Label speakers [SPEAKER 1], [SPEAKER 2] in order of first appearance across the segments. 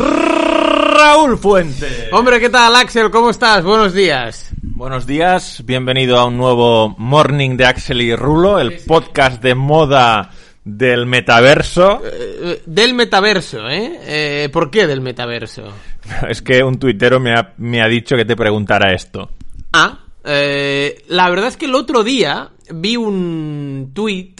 [SPEAKER 1] Raúl Fuente.
[SPEAKER 2] Hombre, ¿qué tal, Axel? ¿Cómo estás? Buenos días.
[SPEAKER 3] Buenos días, bienvenido a un nuevo Morning de Axel y Rulo, el podcast de moda del metaverso.
[SPEAKER 2] Eh, del metaverso, ¿eh? Eh, ¿Por qué del metaverso?
[SPEAKER 3] Es que un tuitero me ha, me ha dicho que te preguntara esto.
[SPEAKER 2] Ah, eh, la verdad es que el otro día vi un tweet,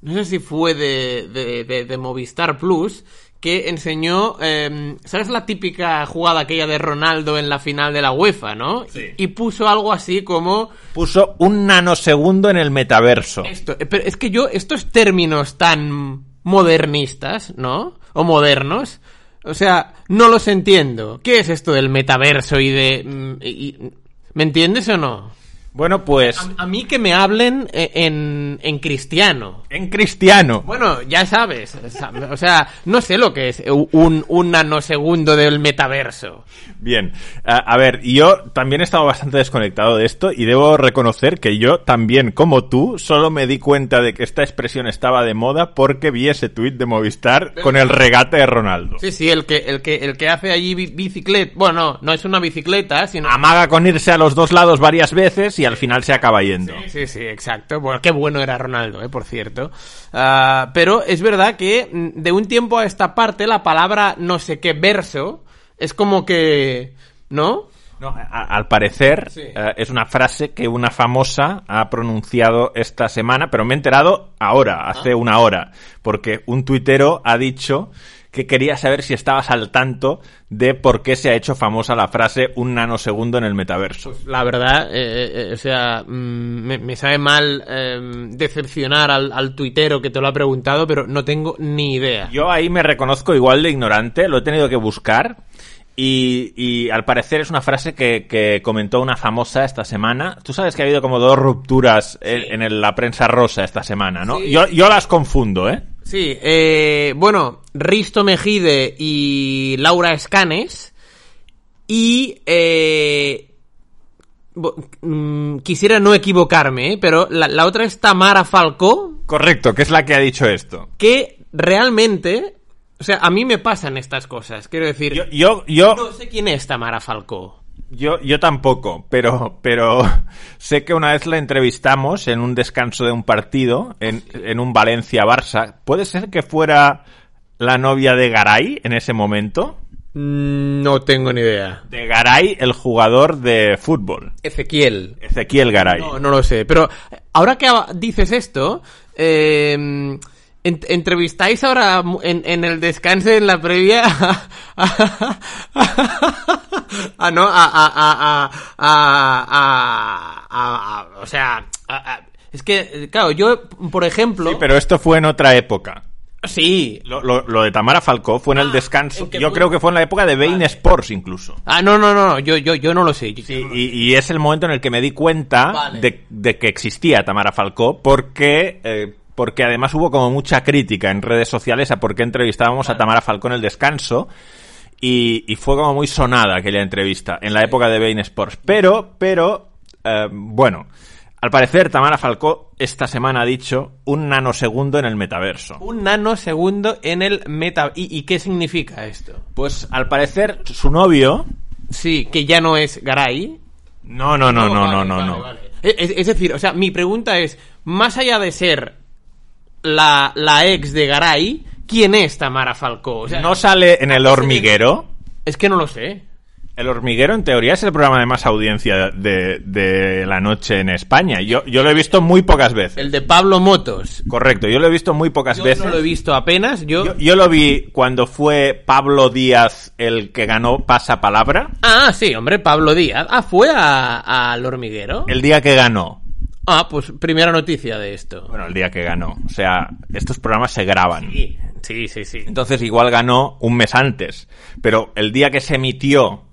[SPEAKER 2] no sé si fue de, de, de- de Movistar Plus, que enseñó, eh, ¿sabes la típica jugada aquella de Ronaldo en la final de la UEFA, no?
[SPEAKER 3] Sí.
[SPEAKER 2] Y puso algo así como...
[SPEAKER 3] Puso un nanosegundo en el metaverso.
[SPEAKER 2] Esto, eh, pero es que yo, estos términos tan modernistas, ¿no? O modernos, o sea, no los entiendo. ¿Qué es esto del metaverso y de... mm, y- y- ¿Me entiendes o no?
[SPEAKER 3] Bueno, pues
[SPEAKER 2] A, a mí que me hablen eh, en, en cristiano.
[SPEAKER 3] en cristiano.
[SPEAKER 2] Bueno, ya sabes, sab- o sea, no sé lo que es un, un nanosegundo del metaverso.
[SPEAKER 3] Bien, a, a ver, yo también estaba bastante desconectado de esto y debo reconocer que yo también, como tú, solo me di cuenta de que esta expresión estaba de moda porque vi ese tuit de Movistar con el regate de Ronaldo.
[SPEAKER 2] Sí, sí, el que, el que, el que hace allí bi- bicicleta, bueno, no, no es una bicicleta, sino...
[SPEAKER 3] Amaga con irse a los dos lados varias veces y al final se acaba yendo.
[SPEAKER 2] Sí, sí, exacto. Bueno, qué bueno era Ronaldo, eh, por cierto. Ah, pero es verdad que mm, de un tiempo a esta parte la palabra no sé qué verso es como que... ¿No?
[SPEAKER 3] No, a- al parecer
[SPEAKER 2] Sí.
[SPEAKER 3] eh, es una frase que una famosa ha pronunciado esta semana, pero me he enterado ahora, hace una hora, porque un tuitero ha dicho que quería saber si estabas al tanto de por qué se ha hecho famosa la frase un nanosegundo en el metaverso.
[SPEAKER 2] Pues La verdad, eh, eh, o sea, mm, me, me sabe mal eh, decepcionar al, al tuitero que te lo ha preguntado, pero no tengo ni idea.
[SPEAKER 3] Yo ahí me reconozco igual de ignorante, lo he tenido que buscar. Y, y al parecer es una frase que, que comentó una famosa esta semana. Tú sabes que ha habido como dos rupturas en, en el- la prensa rosa esta semana, ¿no?
[SPEAKER 2] Sí.
[SPEAKER 3] Yo, yo las confundo, ¿eh?
[SPEAKER 2] Sí, eh, bueno, Risto Mejide y Laura Escanes. Y eh, bo- mm, quisiera no equivocarme, eh, pero la, la otra es Tamara Falcó,
[SPEAKER 3] Correcto, que es la que ha dicho esto.
[SPEAKER 2] que realmente... O sea, a mí me pasan estas cosas. Quiero decir,
[SPEAKER 3] Yo, yo, yo,
[SPEAKER 2] no sé quién es Tamara Falcó.
[SPEAKER 3] yo, yo tampoco, pero, pero sé que una vez la entrevistamos en un descanso de un partido, en, en un Valencia-Barça. ¿Puede ser que fuera la novia de Garay en ese momento?
[SPEAKER 2] Mm, No tengo ni idea.
[SPEAKER 3] De Garay, el jugador de fútbol.
[SPEAKER 2] Ezequiel.
[SPEAKER 3] Ezequiel Garay.
[SPEAKER 2] No, no lo sé. Pero eh, ahora que hab- dices esto, eh, en- entrevistáis ahora mu- en, en el descanso, en la previa, a, a- a- no, a, a, a, a, a- a- a- a- o sea, a- a- es que, eh, claro, yo, por ejemplo,
[SPEAKER 3] Sí, pero esto fue en otra época.
[SPEAKER 2] sí,
[SPEAKER 3] Lo, lo- lo de Tamara Falcó fue en el descanso.
[SPEAKER 2] Ah, ¿en qué
[SPEAKER 3] Yo
[SPEAKER 2] fue?
[SPEAKER 3] creo que fue en la época de Bain Sports incluso.
[SPEAKER 2] ah, no, no, no, no, yo, yo, yo no lo sé. Yo-
[SPEAKER 3] Sí, y, y es el momento en el que me di cuenta
[SPEAKER 2] Vale.
[SPEAKER 3] de, de que existía Tamara Falcó porque, eh, porque además hubo como mucha crítica en redes sociales a por qué entrevistábamos a Tamara Falcó en el descanso y, y fue como muy sonada aquella entrevista en la época de Bain Sports. Pero, pero, eh, bueno, al parecer Tamara Falcó esta semana ha dicho un nanosegundo en el metaverso.
[SPEAKER 2] Un nanosegundo en el meta. ¿Y, ¿Y qué significa esto?
[SPEAKER 3] Pues al parecer su novio...
[SPEAKER 2] Sí, que ya no es Garay,
[SPEAKER 3] No, no, no, no, no,
[SPEAKER 2] Oh, vale,
[SPEAKER 3] no,
[SPEAKER 2] vale,
[SPEAKER 3] no.
[SPEAKER 2] vale. E, Es, es decir, o sea, mi pregunta es, más allá de ser la, la ex de Garay, ¿quién es Tamara Falcó? O sea,
[SPEAKER 3] No sale en el hormiguero.
[SPEAKER 2] es que no lo sé.
[SPEAKER 3] El hormiguero, en teoría, es el programa de más audiencia de, de la noche en España. Yo, yo lo he visto muy pocas veces.
[SPEAKER 2] El de Pablo Motos.
[SPEAKER 3] Correcto, yo lo he visto muy pocas
[SPEAKER 2] Yo
[SPEAKER 3] veces.
[SPEAKER 2] no lo he visto apenas, yo...
[SPEAKER 3] Yo, yo lo vi cuando fue Pablo Díaz el que ganó Pasapalabra.
[SPEAKER 2] Ah, sí, hombre, Pablo Díaz. Ah, fue a- al hormiguero.
[SPEAKER 3] El día que ganó.
[SPEAKER 2] Ah, pues primera noticia de esto.
[SPEAKER 3] Bueno, el día que ganó. O sea, estos programas se graban.
[SPEAKER 2] Sí, sí, sí. sí.
[SPEAKER 3] Entonces igual ganó un mes antes. Pero el día que se emitió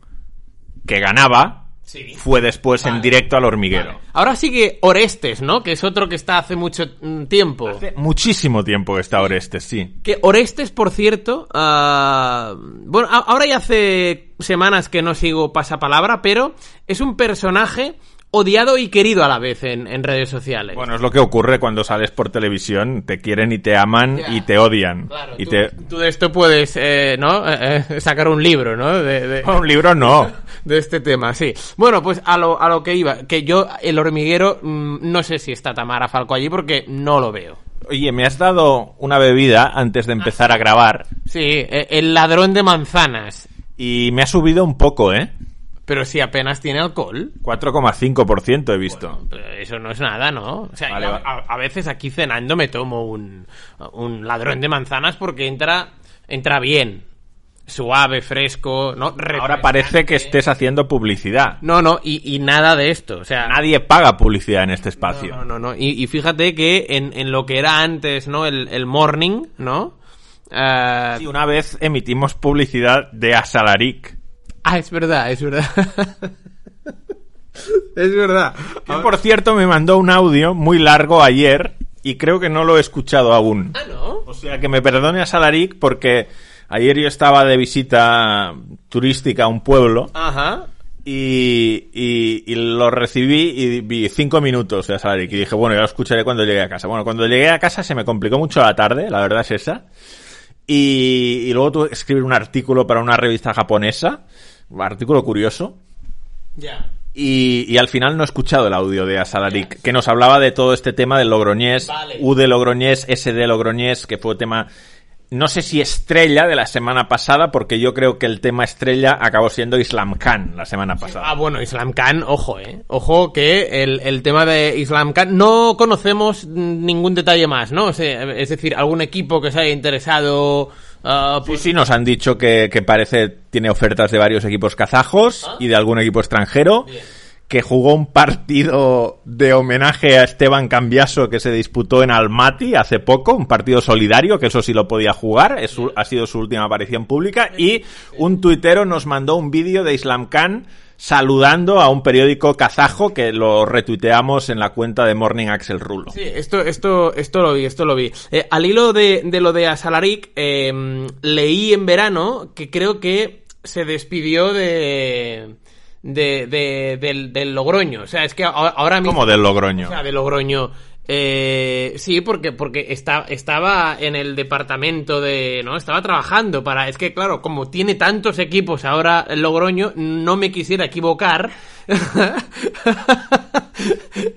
[SPEAKER 3] que ganaba
[SPEAKER 2] Sí.
[SPEAKER 3] fue después en directo al hormiguero.
[SPEAKER 2] Ahora sigue Orestes, ¿no? Que es otro que está hace mucho mm, tiempo.
[SPEAKER 3] Hace muchísimo tiempo que está Orestes, sí.
[SPEAKER 2] Que Orestes, por cierto, ah, bueno, a- ahora ya hace semanas que no sigo pasapalabra, pero es un personaje odiado y querido a la vez en, en redes sociales.
[SPEAKER 3] Bueno, es lo que ocurre cuando sales por televisión, te quieren y te aman
[SPEAKER 2] Ya.
[SPEAKER 3] y te odian.
[SPEAKER 2] Claro,
[SPEAKER 3] y
[SPEAKER 2] tú,
[SPEAKER 3] te...
[SPEAKER 2] tú de esto puedes, eh, ¿no? Eh, eh, sacar un libro, ¿no? De, de-
[SPEAKER 3] Un libro no.
[SPEAKER 2] de este tema, sí. Bueno, pues a lo, a lo que iba, que yo, el hormiguero, mm, no sé si está Tamara Falco allí porque no lo veo.
[SPEAKER 3] Oye, me has dado una bebida antes de empezar a grabar
[SPEAKER 2] Sí, eh, el ladrón de manzanas,
[SPEAKER 3] y me ha subido un poco, ¿eh?
[SPEAKER 2] pero si apenas tiene alcohol.
[SPEAKER 3] 4,5% he visto.
[SPEAKER 2] Pero Eso no es nada, ¿no? O sea,
[SPEAKER 3] Vale,
[SPEAKER 2] yo
[SPEAKER 3] vale.
[SPEAKER 2] A, a veces aquí cenando me tomo un, un ladrón de manzanas porque entra, entra bien. Suave, fresco, ¿no?
[SPEAKER 3] Ahora
[SPEAKER 2] Refrescante.
[SPEAKER 3] parece que estés haciendo publicidad.
[SPEAKER 2] No, no, y, y nada de esto. O sea,
[SPEAKER 3] Nadie paga publicidad en este
[SPEAKER 2] No,
[SPEAKER 3] espacio.
[SPEAKER 2] No, no, no. Y, y fíjate que en, en lo que era antes, ¿no? El, el morning, ¿no? Ah,
[SPEAKER 3] Sí, una vez emitimos publicidad de Asalaric.
[SPEAKER 2] Ah, es verdad, es verdad. es verdad.
[SPEAKER 3] Que, por cierto, me mandó un audio muy largo ayer y creo que no lo he escuchado aún.
[SPEAKER 2] Ah, no.
[SPEAKER 3] O sea, que me perdone Asalaric porque ayer yo estaba de visita turística a un pueblo
[SPEAKER 2] Ajá.
[SPEAKER 3] y, y- y lo recibí y vi cinco minutos de Asalaric y dije, bueno, ya lo escucharé cuando llegue a casa. Bueno, cuando llegué a casa se me complicó mucho la tarde, la verdad es esa. Y, y luego tuve que escribir un artículo para una revista japonesa, un artículo curioso.
[SPEAKER 2] Ya.
[SPEAKER 3] Y, y al final no he escuchado el audio de Asalaric, que nos hablaba de todo este tema del Logroñés,
[SPEAKER 2] Vale.
[SPEAKER 3] U de Logroñés, S de Logroñés, que fue tema, no sé si estrella de la semana pasada, porque yo creo que el tema estrella acabó siendo Islam Khan la semana
[SPEAKER 2] Ah,
[SPEAKER 3] pasada.
[SPEAKER 2] bueno, Islam Khan, ojo, eh. Ojo que el, el tema de Islam Khan. No conocemos ningún detalle más, ¿no? O sea, es decir, algún equipo que se haya interesado. ah,
[SPEAKER 3] Sí,
[SPEAKER 2] pues-
[SPEAKER 3] sí, nos han dicho que, que parece tiene ofertas de varios equipos kazajos y de algún equipo extranjero. Que jugó un partido de homenaje a Esteban Cambiaso que se disputó en Almaty hace poco, un partido solidario, que eso sí lo podía jugar, es su- ha sido su última aparición pública. Y un tuitero nos mandó un vídeo de Islam Khan saludando a un periódico kazajo que lo retuiteamos en la cuenta de Morning Axel Rulo.
[SPEAKER 2] Sí, esto, esto, esto lo vi, esto lo vi. Eh, al hilo de, de lo de Asalaric, eh, leí en verano que creo que se despidió de, de, de- del, del Logroño. O sea, es que a- ahora mismo...
[SPEAKER 3] Como del Logroño.
[SPEAKER 2] O sea, de Logroño. Eh, sí, porque, porque está, estaba en el departamento de. ¿No? Estaba trabajando para. Es que, claro, como tiene tantos equipos ahora el Logroño, no me quisiera equivocar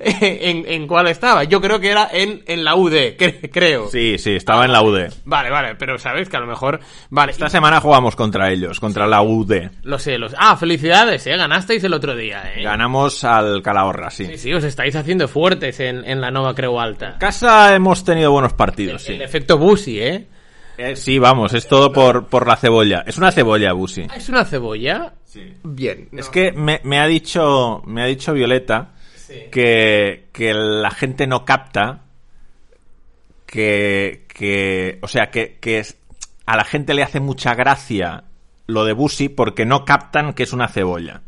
[SPEAKER 2] en, en cuál estaba. Yo creo que era en, en la UD, cre- creo.
[SPEAKER 3] Sí, sí, estaba en la UD.
[SPEAKER 2] Vale, vale, pero sabes que a lo mejor. Vale,
[SPEAKER 3] Esta semana jugamos contra ellos, contra la UD.
[SPEAKER 2] lo sé, lo sé. Ah, felicidades, ¿eh? Ganasteis el otro día, ¿eh?
[SPEAKER 3] Ganamos al Calahorra, sí.
[SPEAKER 2] Sí, sí, os estáis haciendo fuertes en, en la Nova Creu Alta.
[SPEAKER 3] Casa hemos tenido buenos partidos, sí.
[SPEAKER 2] El efecto Busi, ¿eh?
[SPEAKER 3] Eh, sí, vamos, es todo por, por la cebolla. Es una cebolla, Busi.
[SPEAKER 2] Ah, ¿Es una cebolla? Bien.
[SPEAKER 3] Es que me, me ha dicho, me ha dicho Violeta
[SPEAKER 2] Sí.
[SPEAKER 3] que, que la gente no capta que, que o sea, que, que es- a la gente le hace mucha gracia lo de Busi porque no captan que es una cebolla.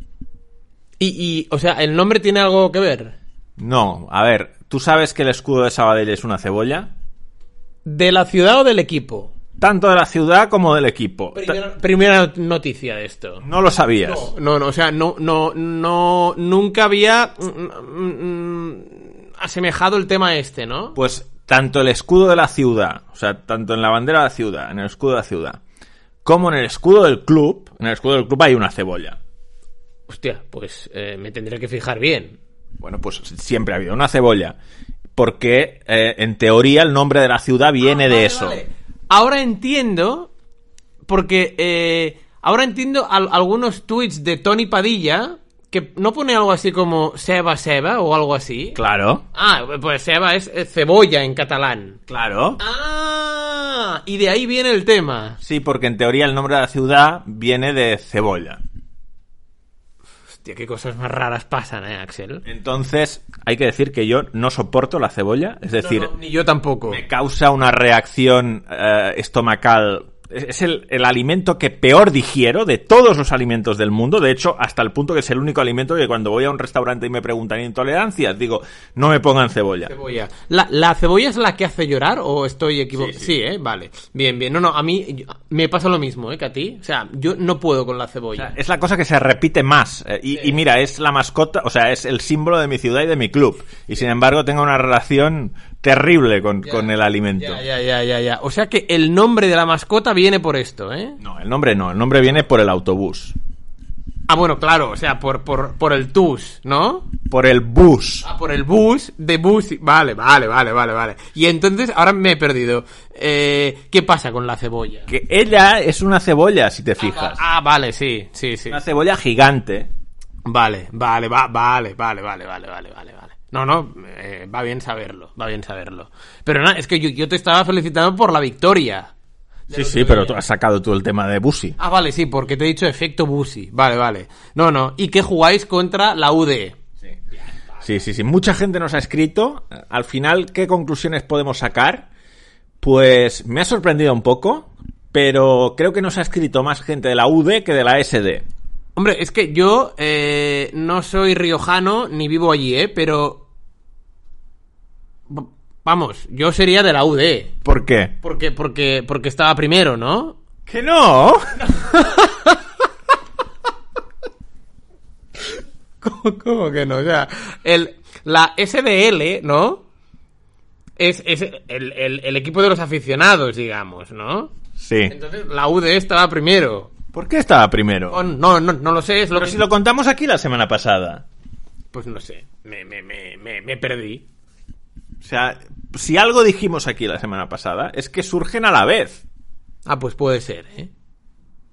[SPEAKER 2] Y, y, o sea, ¿el nombre tiene algo que ver?
[SPEAKER 3] No, a ver, ¿tú sabes que el escudo de Sabadell es una cebolla?
[SPEAKER 2] ¿De la ciudad o del equipo?
[SPEAKER 3] Tanto de la ciudad como del equipo.
[SPEAKER 2] Primera, primera not- noticia de esto.
[SPEAKER 3] No lo sabías.
[SPEAKER 2] No, no, o sea, no, no, no, nunca había mm, mm, asemejado el tema este, ¿no?
[SPEAKER 3] Pues tanto el escudo de la ciudad, o sea, tanto en la bandera de la ciudad, en el escudo de la ciudad, como en el escudo del club, en el escudo del club hay una cebolla.
[SPEAKER 2] Hostia, pues eh, me tendré que fijar bien.
[SPEAKER 3] Bueno, pues siempre ha habido una cebolla. Porque eh, en teoría el nombre de la ciudad
[SPEAKER 2] Ah,
[SPEAKER 3] viene de eso.
[SPEAKER 2] Ahora entiendo, porque eh, ahora entiendo al- algunos tweets de Tony Padilla que no pone algo así como Seba Seba o algo así.
[SPEAKER 3] Claro,
[SPEAKER 2] Ah, pues Seba es eh, cebolla en catalán.
[SPEAKER 3] claro.
[SPEAKER 2] Ah, y de ahí viene el tema.
[SPEAKER 3] Sí, porque en teoría el nombre de la ciudad viene de cebolla.
[SPEAKER 2] Hostia, qué cosas más raras pasan, eh, Axel.
[SPEAKER 3] Entonces, hay que decir que yo no soporto la cebolla. Es decir,
[SPEAKER 2] ni yo tampoco.
[SPEAKER 3] me causa una reacción eh, estomacal es el, el alimento que peor digiero de todos los alimentos del mundo. De hecho, hasta el punto que es el único alimento que cuando voy a un restaurante y me preguntan intolerancias, digo, no me pongan cebolla.
[SPEAKER 2] Cebolla. ¿La, la cebolla es la que hace llorar o estoy equivocado? Sí,
[SPEAKER 3] Sí, sí.
[SPEAKER 2] ¿eh? Vale. Bien, bien. No, no, a mí yo- me pasa lo mismo, ¿eh? Que a ti. O sea, yo no puedo con la cebolla.
[SPEAKER 3] Es la cosa que se repite más. eh, y, y mira, es la mascota, o sea, es el símbolo de mi ciudad y de mi club. Y sin embargo, tengo una relación terrible con, con el alimento.
[SPEAKER 2] Ya, ya, ya, ya, ya. O sea que el nombre de la mascota viene por esto, ¿eh?
[SPEAKER 3] No, el nombre no, el nombre viene por el autobús.
[SPEAKER 2] Ah, bueno, claro, o sea, por, por, por el tus, ¿no?
[SPEAKER 3] Por el bus.
[SPEAKER 2] Ah, por el bus, de bus. Vale, vale, vale, vale, vale. Y entonces, ahora me he perdido. Eh, ¿Qué pasa con la cebolla?
[SPEAKER 3] Que ella es una cebolla, si te fijas.
[SPEAKER 2] Ah, vale, sí, sí, sí.
[SPEAKER 3] Una cebolla gigante.
[SPEAKER 2] Vale, vale, va, vale, vale, vale, vale, vale, vale, vale. No, no, eh, va bien saberlo, va bien saberlo. Pero nada, es que yo, yo te estaba felicitando por la victoria.
[SPEAKER 3] Sí, sí, pero tú has sacado tú el tema de Busi.
[SPEAKER 2] Ah, vale, sí, porque te he dicho efecto Busi. Vale, vale. No, no, y que jugáis contra la E? UDE.
[SPEAKER 3] Sí, sí, sí. Mucha gente nos ha escrito. Al final, ¿qué conclusiones podemos sacar? Pues me ha sorprendido un poco, pero creo que nos ha escrito más gente de la UD que de la SD.
[SPEAKER 2] Hombre, es que yo eh, no soy riojano ni vivo allí, ¿eh? Pero... v- Vamos, yo sería de la UDE.
[SPEAKER 3] ¿Por qué?
[SPEAKER 2] Porque, porque, porque estaba primero, ¿no?
[SPEAKER 3] ¡Que no!
[SPEAKER 2] ¿Cómo, cómo que no? O sea, el, la SDL, ¿no? Es, es el, el- el equipo de los aficionados, digamos, ¿no?
[SPEAKER 3] Sí.
[SPEAKER 2] Entonces la UD estaba primero.
[SPEAKER 3] ¿Por qué estaba primero?
[SPEAKER 2] O no, no, no lo sé, es lo
[SPEAKER 3] Pero
[SPEAKER 2] que-
[SPEAKER 3] si lo contamos aquí la semana pasada.
[SPEAKER 2] Pues no sé, me, me, me, me, me perdí.
[SPEAKER 3] O sea, si algo dijimos aquí la semana pasada es que surgen a la vez.
[SPEAKER 2] Ah, pues puede ser, ¿eh?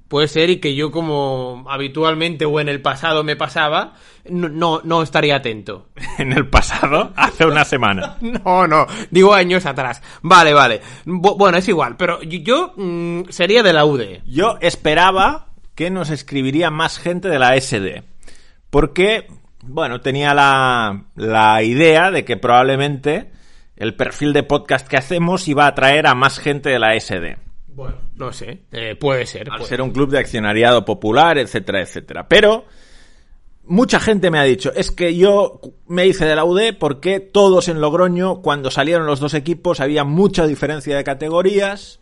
[SPEAKER 2] Puede ser y que yo como habitualmente o en el pasado me pasaba, no, no, no estaría atento.
[SPEAKER 3] En el pasado, hace una semana.
[SPEAKER 2] No, no, digo años atrás. Vale, vale. Bu- bueno, es igual, pero yo, yo, mm, sería de la UDE.
[SPEAKER 3] Yo esperaba que nos escribiría más gente de la SD. Porque, bueno, tenía la, la idea de que probablemente el perfil de podcast que hacemos iba a atraer a más gente de la SD.
[SPEAKER 2] Bueno, no sé, eh, puede ser.
[SPEAKER 3] Al
[SPEAKER 2] puede
[SPEAKER 3] ser un club de accionariado popular, etcétera, etcétera. Pero mucha gente me ha dicho, es que yo me hice de la UD porque todos en Logroño, cuando salieron los dos equipos, había mucha diferencia de categorías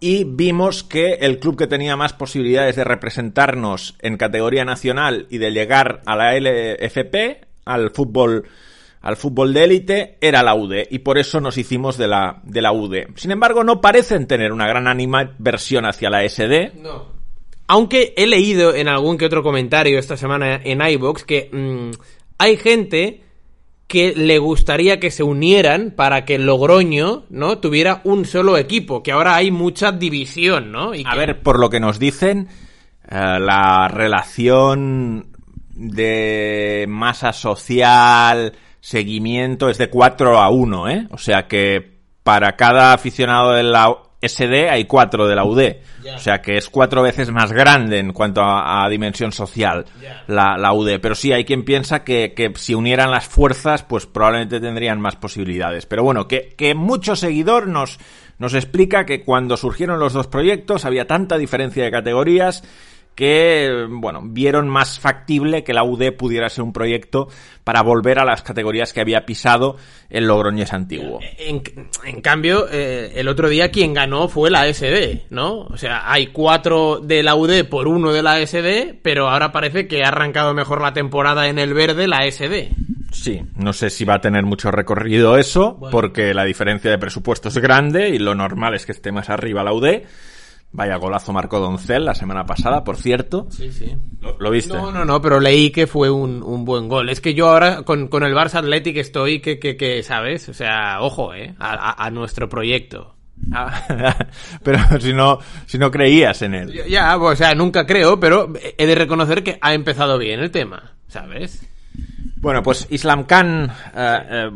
[SPEAKER 3] y vimos que el club que tenía más posibilidades de representarnos en categoría nacional y de llegar a la LFP, al fútbol al fútbol de élite era la UD y por eso nos hicimos de la de la UD. Sin embargo, no parecen tener una gran animadversión hacia la SD.
[SPEAKER 2] No. Aunque he leído en algún que otro comentario esta semana en iBox que mm, hay gente que le gustaría que se unieran para que Logroño, ¿no? Tuviera un solo equipo, que ahora hay mucha división, ¿no? Y
[SPEAKER 3] A
[SPEAKER 2] que-
[SPEAKER 3] ver, por lo que nos dicen, eh, la relación de masa social, seguimiento, es de 4 a 1, ¿eh? O sea que para cada aficionado de la SD hay 4 de la UD. O sea que es cuatro veces más grande en cuanto a, a dimensión social la, la UD. Pero sí, hay quien piensa que, que si unieran las fuerzas, pues probablemente tendrían más posibilidades. Pero bueno, que, que mucho seguidor nos, nos explica que cuando surgieron los dos proyectos había tanta diferencia de categorías que, bueno, vieron más factible que la UD pudiera ser un proyecto para volver a las categorías que había pisado el Logroñés antiguo.
[SPEAKER 2] En, en cambio, eh, el otro día quien ganó fue la SD, ¿no? O sea, hay cuatro de la UD por uno de la SD, pero ahora parece que ha arrancado mejor la temporada en el verde la SD.
[SPEAKER 3] Sí, no sé si va a tener mucho recorrido eso,
[SPEAKER 2] Bueno.
[SPEAKER 3] porque la diferencia de presupuesto es grande y lo normal es que esté más arriba la UD. Vaya golazo marcó Doncel la semana pasada, por cierto.
[SPEAKER 2] Sí, sí.
[SPEAKER 3] ¿Lo, lo viste?
[SPEAKER 2] No, no, no, pero leí que fue un, un buen gol. Es que yo ahora con, con el Barça Athletic estoy que, que, que, ¿sabes? O sea, ojo, ¿eh? A, a- a nuestro proyecto.
[SPEAKER 3] Ah, pero si no, si no creías en él.
[SPEAKER 2] Yo- ya, o sea, nunca creo, pero he de reconocer que ha empezado bien el tema, ¿sabes?
[SPEAKER 3] Bueno, pues Islam Khan, eh, eh,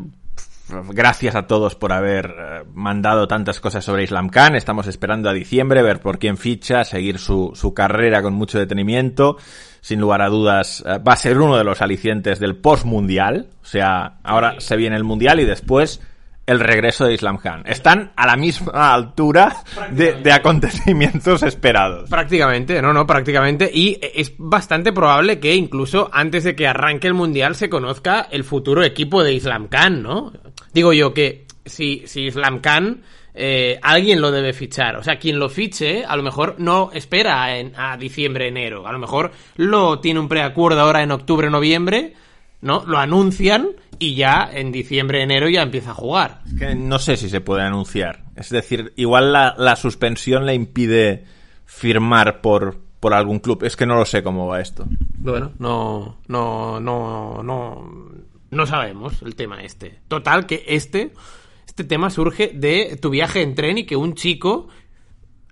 [SPEAKER 3] gracias a todos por haber eh, mandado tantas cosas sobre Islam Khan. Estamos esperando a diciembre, ver por quién ficha, seguir su, su carrera con mucho detenimiento. Sin lugar a dudas, eh, va a ser uno de los alicientes del post-mundial. O sea, ahora se viene el mundial y después el regreso de Islam Khan. Están a la misma altura de, de acontecimientos esperados.
[SPEAKER 2] Prácticamente, no, no, prácticamente. Y es bastante probable que incluso antes de que arranque el mundial se conozca el futuro equipo de Islam Khan, ¿no? Digo yo que si, si Islam Khan. eh, alguien lo debe fichar. O sea, quien lo fiche, a lo mejor no espera en- a diciembre, enero. A lo mejor lo tiene un preacuerdo ahora en octubre, noviembre, ¿no? Lo anuncian y ya en diciembre, enero ya empieza a jugar.
[SPEAKER 3] Que no sé si se puede anunciar. Es decir, igual la, la suspensión le impide firmar por, por algún club. Es que no lo sé cómo va esto.
[SPEAKER 2] Bueno, no, no, no, no, no sabemos el tema este. Total que este, este tema surge de tu viaje en tren y que un chico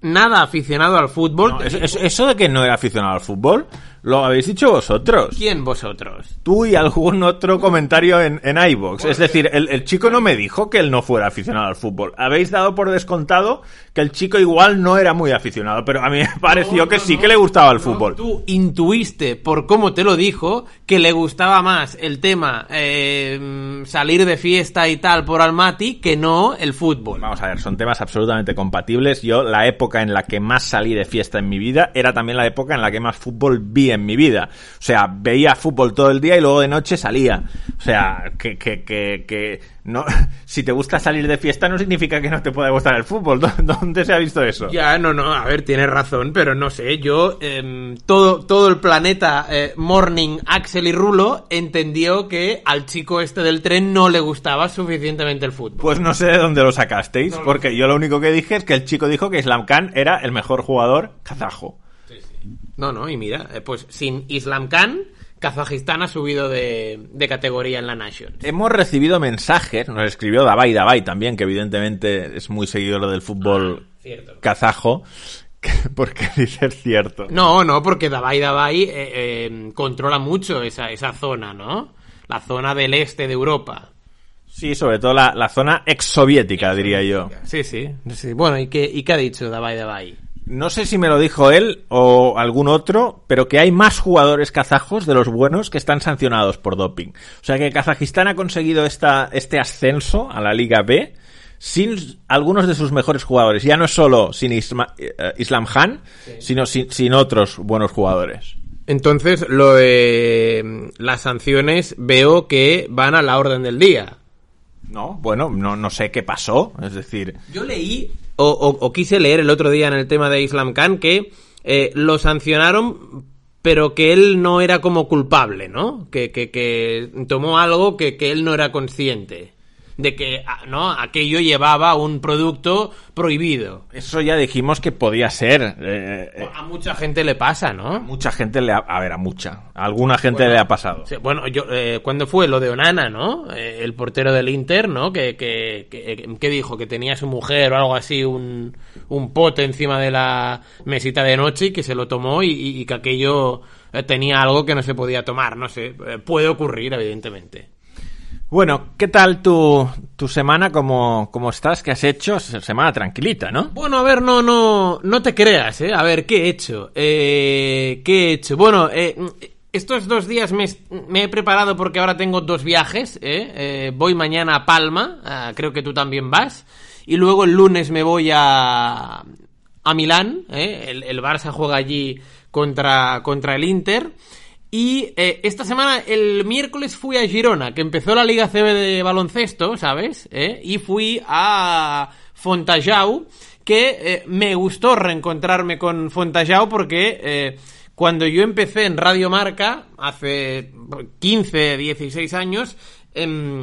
[SPEAKER 2] nada aficionado al fútbol.
[SPEAKER 3] No, es- es- eso de que no era aficionado al fútbol, lo habéis dicho vosotros.
[SPEAKER 2] ¿Quién vosotros?
[SPEAKER 3] Tú y algún otro comentario en, en iVoox. Es
[SPEAKER 2] eh,
[SPEAKER 3] decir, el, el chico no me dijo que él no fuera aficionado al fútbol. Habéis dado por descontado que el chico igual no era muy aficionado, pero a mí me pareció que sí que le gustaba el fútbol.
[SPEAKER 2] Tú intuiste por cómo te lo dijo que le gustaba más el tema eh, salir de fiesta y tal por Almaty que no el fútbol.
[SPEAKER 3] Vamos a ver, son temas absolutamente compatibles. Yo, la época en la que más salí de fiesta en mi vida era también la época en la que más fútbol vi en mi vida. O sea, veía fútbol todo el día y luego de noche salía. O sea, que, que, que, que no, si te gusta salir de fiesta no significa que no te pueda gustar el fútbol. ¿Dó- ¿Dónde se ha visto eso?
[SPEAKER 2] Ya, no, no, a ver, tienes razón, pero no sé, yo, em, todo, todo el planeta eh, Morning, Axel y Rulo entendió que al chico este del tren no le gustaba suficientemente el fútbol.
[SPEAKER 3] Pues no sé de dónde lo sacasteis, porque yo lo único que dije es que el chico dijo que Islam Khan era el mejor jugador kazajo.
[SPEAKER 2] No, no, y mira, eh, pues sin Islam Khan, Kazajistán ha subido de, de categoría en la Nation.
[SPEAKER 3] Hemos recibido mensajes, nos escribió Davai Davai también, que evidentemente es muy seguidor del fútbol
[SPEAKER 2] Cierto.
[SPEAKER 3] kazajo, que- porque dice es cierto.
[SPEAKER 2] No, no, porque Davai Davai eh, em, controla mucho esa, esa zona, ¿no? La zona del este de Europa.
[SPEAKER 3] Sí, sobre todo la, la zona exsoviética, diría yo.
[SPEAKER 2] Sí, sí. sí. Bueno, ¿y qué, ¿y qué ha dicho Davai Davai?
[SPEAKER 3] No sé si me lo dijo él o algún otro, pero que hay más jugadores kazajos de los buenos que están sancionados por doping. O sea que Kazajistán ha conseguido esta, este ascenso a la Liga B sin algunos de sus mejores jugadores. Ya no solo sin Isma- eh, Islam Khan, sino sin, sin otros buenos jugadores.
[SPEAKER 2] Entonces, lo de mm, las sanciones veo que van a la orden del día.
[SPEAKER 3] No, bueno, no, no sé qué pasó. Es decir,
[SPEAKER 2] Yo leí o, o- o quise leer el otro día en el tema de Islam Khan que eh, lo sancionaron, pero que él no era como culpable, ¿no? Que, que- que tomó algo que, que él no era consciente. De que, ah, ¿no? Aquello llevaba un producto prohibido.
[SPEAKER 3] eso ya dijimos que podía ser. eh, eh,
[SPEAKER 2] A mucha gente le pasa, ¿no?
[SPEAKER 3] mucha gente le ha, a ver, a mucha. A alguna gente le ha pasado.
[SPEAKER 2] O sea, Bueno, yo, eh, cuando fue lo de Onana, ¿no? Eh, el portero del Inter, ¿no? Que, que, que- que dijo que tenía su mujer o algo así, un, un pote encima de la mesita de noche y que se lo tomó y, y- y que aquello eh, tenía algo que no se podía tomar, no sé. Eh, puede ocurrir, evidentemente.
[SPEAKER 3] Bueno, ¿qué tal tu, tu semana? ¿Cómo, ¿Cómo estás? ¿Qué has hecho? Se- Semana tranquilita, ¿no?
[SPEAKER 2] Bueno, a ver, no, no, no te creas, ¿eh? A ver, ¿qué he hecho? Eh, ¿Qué he hecho? Bueno, eh, estos dos días me, es- me he preparado porque ahora tengo dos viajes, ¿eh? Eh, voy mañana a Palma, ah, creo que tú también vas, y luego el lunes me voy a, a Milán, ¿eh? El, el Barça juega allí contra, contra el Inter. Y eh, esta semana, el miércoles, fui a Girona, que empezó la Liga CB de baloncesto, ¿sabes? ¿Eh? Y fui a Fontajau, que eh, me gustó reencontrarme con Fontajau porque eh, cuando yo empecé en Radio Marca, hace 15, 16 años, em,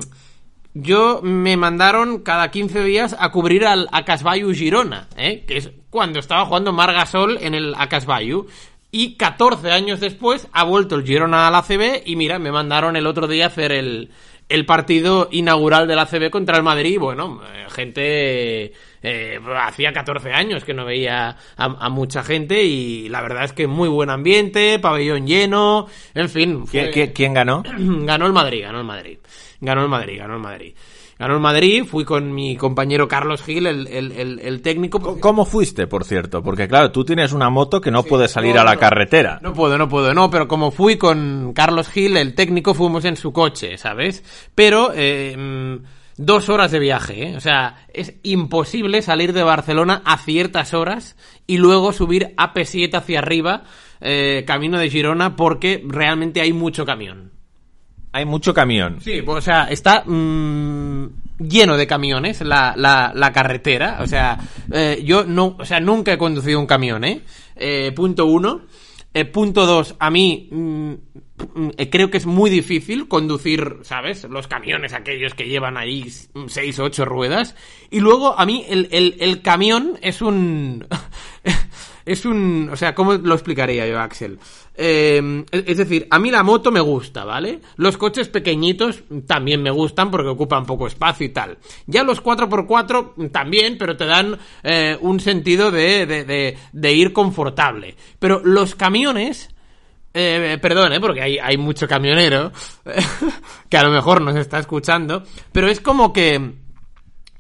[SPEAKER 2] yo me mandaron cada 15 días a cubrir al Acasbayu Girona, ¿eh? que es cuando estaba jugando Margasol en el Acasbayu. Y 14 años después ha vuelto el Girona a la CB y mira, me mandaron el otro día a hacer el, el partido inaugural de la CB contra el Madrid. Y Bueno, eh, gente... eh, hacía 14 años que no veía a, a mucha gente y la verdad es que muy buen ambiente, pabellón lleno, en fin.
[SPEAKER 3] ¿Qui-
[SPEAKER 2] fue-
[SPEAKER 3] qui- ¿Quién ganó?
[SPEAKER 2] ganó el Madrid, ganó el Madrid. Ganó el Madrid, ganó el Madrid. Ganó el Madrid, fui con mi compañero Carlos Gil, el, el- el- el técnico.
[SPEAKER 3] C- ¿Cómo fuiste, por cierto? Porque claro, tú tienes una moto que no puede salir
[SPEAKER 2] no,
[SPEAKER 3] a la
[SPEAKER 2] no.
[SPEAKER 3] carretera.
[SPEAKER 2] No puedo, no puedo, no, pero como fui con Carlos Gil, el técnico, fuimos en su coche, ¿sabes? Pero eh, mm, dos horas de viaje, ¿eh? O sea, es imposible salir de Barcelona a ciertas horas y luego subir a P7 hacia arriba, eh, camino de Girona, porque realmente hay mucho camión.
[SPEAKER 3] Hay mucho camión.
[SPEAKER 2] Sí, pues, o sea, está mm, lleno de camiones la, la, la carretera. O sea, eh, yo no, o sea, nunca he conducido un camión, ¿eh? Eh, punto uno. Eh, punto dos, a mí mm, mm, eh, creo que es muy difícil conducir, ¿sabes? Los camiones aquellos que llevan ahí s- mm, seis, ocho ruedas. Y luego a mí el, el, el camión es un... es un... O sea, ¿cómo lo explicaría yo, Axel? Eh, es es decir, a mí la moto me gusta, ¿vale? Los coches pequeñitos también me gustan porque ocupan poco espacio y tal. Ya los 4x4 también, pero te dan eh, un sentido de, de- de- de ir confortable. Pero los camiones... eh, perdón, ¿eh? porque hay, hay mucho camionero que a lo mejor nos está escuchando, pero es como que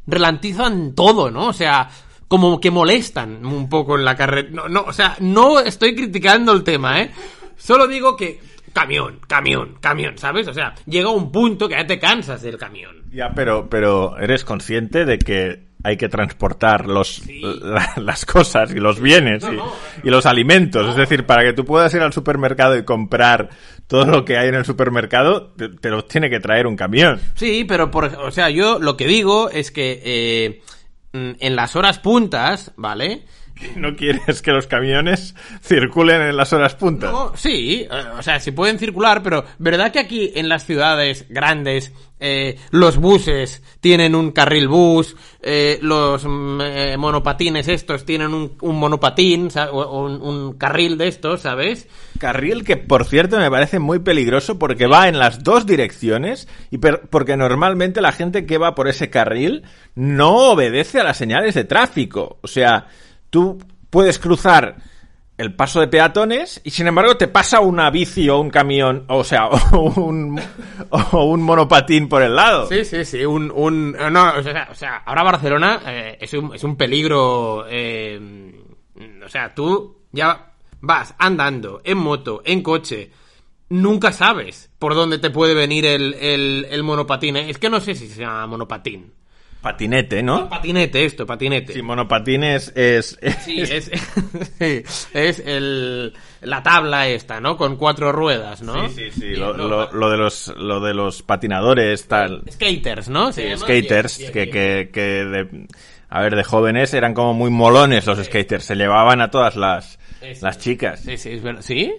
[SPEAKER 2] ralentizan todo, ¿no? O sea, como que molestan un poco en la carrera. No, no, o sea, no estoy criticando el tema, ¿eh? Solo digo que camión, camión, camión, ¿sabes? O sea, llega un punto que ya te cansas del camión.
[SPEAKER 3] Ya, pero, pero eres consciente de que hay que transportar los, la- las cosas y los bienes y, y los alimentos. Es decir, para que tú puedas ir al supermercado y comprar todo lo que hay en el supermercado, te, te lo tiene que traer un camión.
[SPEAKER 2] Sí, pero por, o sea, yo lo que digo es que eh, mm, en las horas puntas, ¿vale?
[SPEAKER 3] No quieres que los camiones circulen en las horas puntas.
[SPEAKER 2] No, sí, eh, o sea, si pueden circular, pero ¿verdad que aquí en las ciudades grandes eh, los buses tienen un carril bus, eh, los mm, eh, monopatines estos tienen un, un monopatín sa- o, o un, un carril de estos, ¿sabes?
[SPEAKER 3] Carril que, por cierto, me parece muy peligroso porque va en las dos direcciones y per- porque normalmente la gente que va por ese carril no obedece a las señales de tráfico. O sea, tú puedes cruzar el paso de peatones y, sin embargo, te pasa una bici o un camión, o sea, o un, o un monopatín por el lado.
[SPEAKER 2] Sí, sí, sí, un... un eh, no, o sea, o sea, ahora Barcelona eh, es, un, es un peligro... eh, mm, o sea, tú ya vas andando en moto, en coche, nunca sabes por dónde te puede venir el, el, el monopatín. eh. Es que no sé si se llama monopatín.
[SPEAKER 3] Patinete, ¿no?
[SPEAKER 2] Patinete esto, patinete.
[SPEAKER 3] Sí, monopatín es... es-
[SPEAKER 2] Sí, es, sí, es el, la tabla esta, ¿no? Con cuatro ruedas, ¿no?
[SPEAKER 3] Sí, sí, sí, Lo,
[SPEAKER 2] Bien, no,
[SPEAKER 3] lo- lo de los, lo de los patinadores, tal.
[SPEAKER 2] Skaters, ¿no? Se
[SPEAKER 3] Sí,
[SPEAKER 2] llama.
[SPEAKER 3] skaters
[SPEAKER 2] Bien,
[SPEAKER 3] que,
[SPEAKER 2] bien, bien.
[SPEAKER 3] que, que de, a ver, de jóvenes eran como muy molones los skaters, se llevaban a todas las,
[SPEAKER 2] Eso.
[SPEAKER 3] las chicas.
[SPEAKER 2] Sí, sí, es verdad. ¿Sí?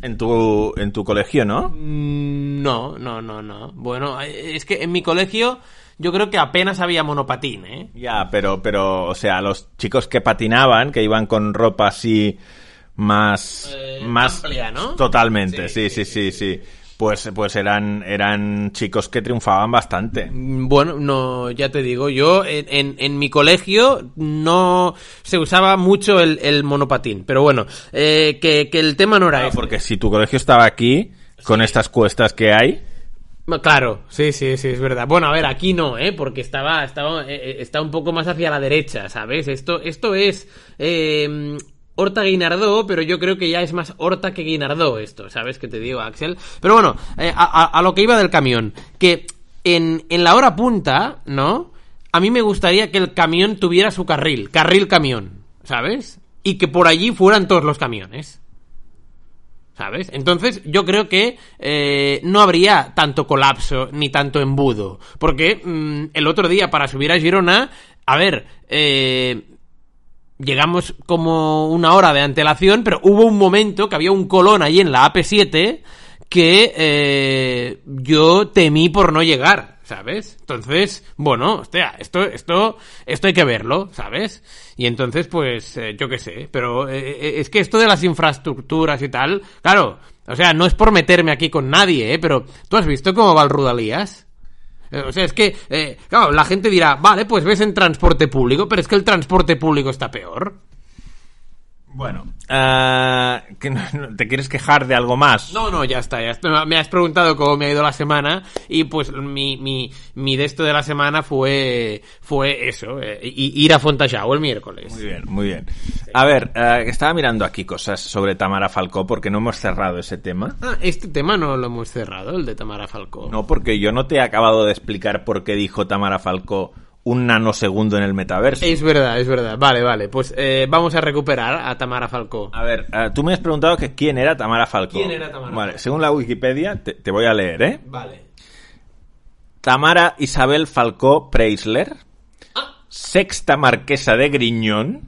[SPEAKER 3] En tu, en tu colegio, ¿no?
[SPEAKER 2] Mm, No, no, no, no. Bueno, eh, es que en mi colegio yo creo que apenas había monopatín, ¿eh?
[SPEAKER 3] Ya, pero, pero, o sea, los chicos que patinaban, que iban con ropa así más,
[SPEAKER 2] Eh,
[SPEAKER 3] más
[SPEAKER 2] amplia, ¿no?
[SPEAKER 3] Totalmente, sí, sí, sí, sí. Pues, pues eran, eran chicos que triunfaban bastante.
[SPEAKER 2] Mm, Bueno, no, ya te digo, yo en, en- en mi colegio no se usaba mucho el, el monopatín, pero bueno, eh, que, que el tema no era
[SPEAKER 3] Claro,
[SPEAKER 2] este.
[SPEAKER 3] porque si tu colegio estaba aquí, con estas cuestas que hay,
[SPEAKER 2] Ma- Claro, sí, sí, sí, es verdad. Bueno, a ver, aquí no, ¿eh? Porque estaba, estaba, eh, eh, está un poco más hacia la derecha, ¿sabes? Esto, esto es eh, Horta Guinardó, pero yo creo que ya es más Horta que Guinardó esto, ¿sabes? Que te digo, Axel. Pero bueno, eh, a, a- a lo que iba del camión, que en, en la hora punta, ¿no? A mí me gustaría que el camión tuviera su carril, carril camión, ¿sabes? Y que por allí fueran todos los camiones. ¿Sabes? Entonces yo creo que eh, no habría tanto colapso ni tanto embudo. Porque mm, el otro día para subir a Girona, a ver, eh, llegamos como una hora de antelación, pero hubo un momento que había un colón ahí en la AP7 que eh, yo temí por no llegar, ¿sabes? Entonces, bueno, hostia, esto, esto, esto hay que verlo, ¿sabes? Y entonces, pues, eh, yo qué sé, pero eh, eh, es que esto de las infraestructuras y tal, claro, o sea, no es por meterme aquí con nadie, ¿eh? Pero, ¿tú has visto cómo va el Rudalías? Eh, O sea, es que, eh, claro, la gente dirá, vale, pues ves en transporte público, pero es que el transporte público está peor.
[SPEAKER 3] Bueno, ah, que no- no- ¿te quieres quejar de algo más?
[SPEAKER 2] No, no, ya está, ya está. Me has preguntado cómo me ha ido la semana y pues mi, mi, mi de esto de la semana fue, fue eso, eh, i- ir a Fontajau el miércoles.
[SPEAKER 3] Muy bien, muy bien. A ver, eh, estaba mirando aquí cosas sobre Tamara Falcó porque no hemos cerrado ese tema.
[SPEAKER 2] Ah, este tema no lo hemos cerrado, el de Tamara Falcó.
[SPEAKER 3] No, porque yo no te he acabado de explicar por qué dijo Tamara Falcó un nanosegundo en el metaverso.
[SPEAKER 2] Es verdad, es verdad. Vale, vale. Pues eh, vamos a recuperar a Tamara Falcó.
[SPEAKER 3] A ver, eh, tú me has preguntado que quién era Tamara Falcó.
[SPEAKER 2] ¿Quién era Tamara
[SPEAKER 3] Vale,
[SPEAKER 2] Falcó?
[SPEAKER 3] según la Wikipedia, te, te voy a leer, ¿eh?
[SPEAKER 2] Vale.
[SPEAKER 3] Tamara Isabel Falcó Preisler, sexta marquesa de Griñón,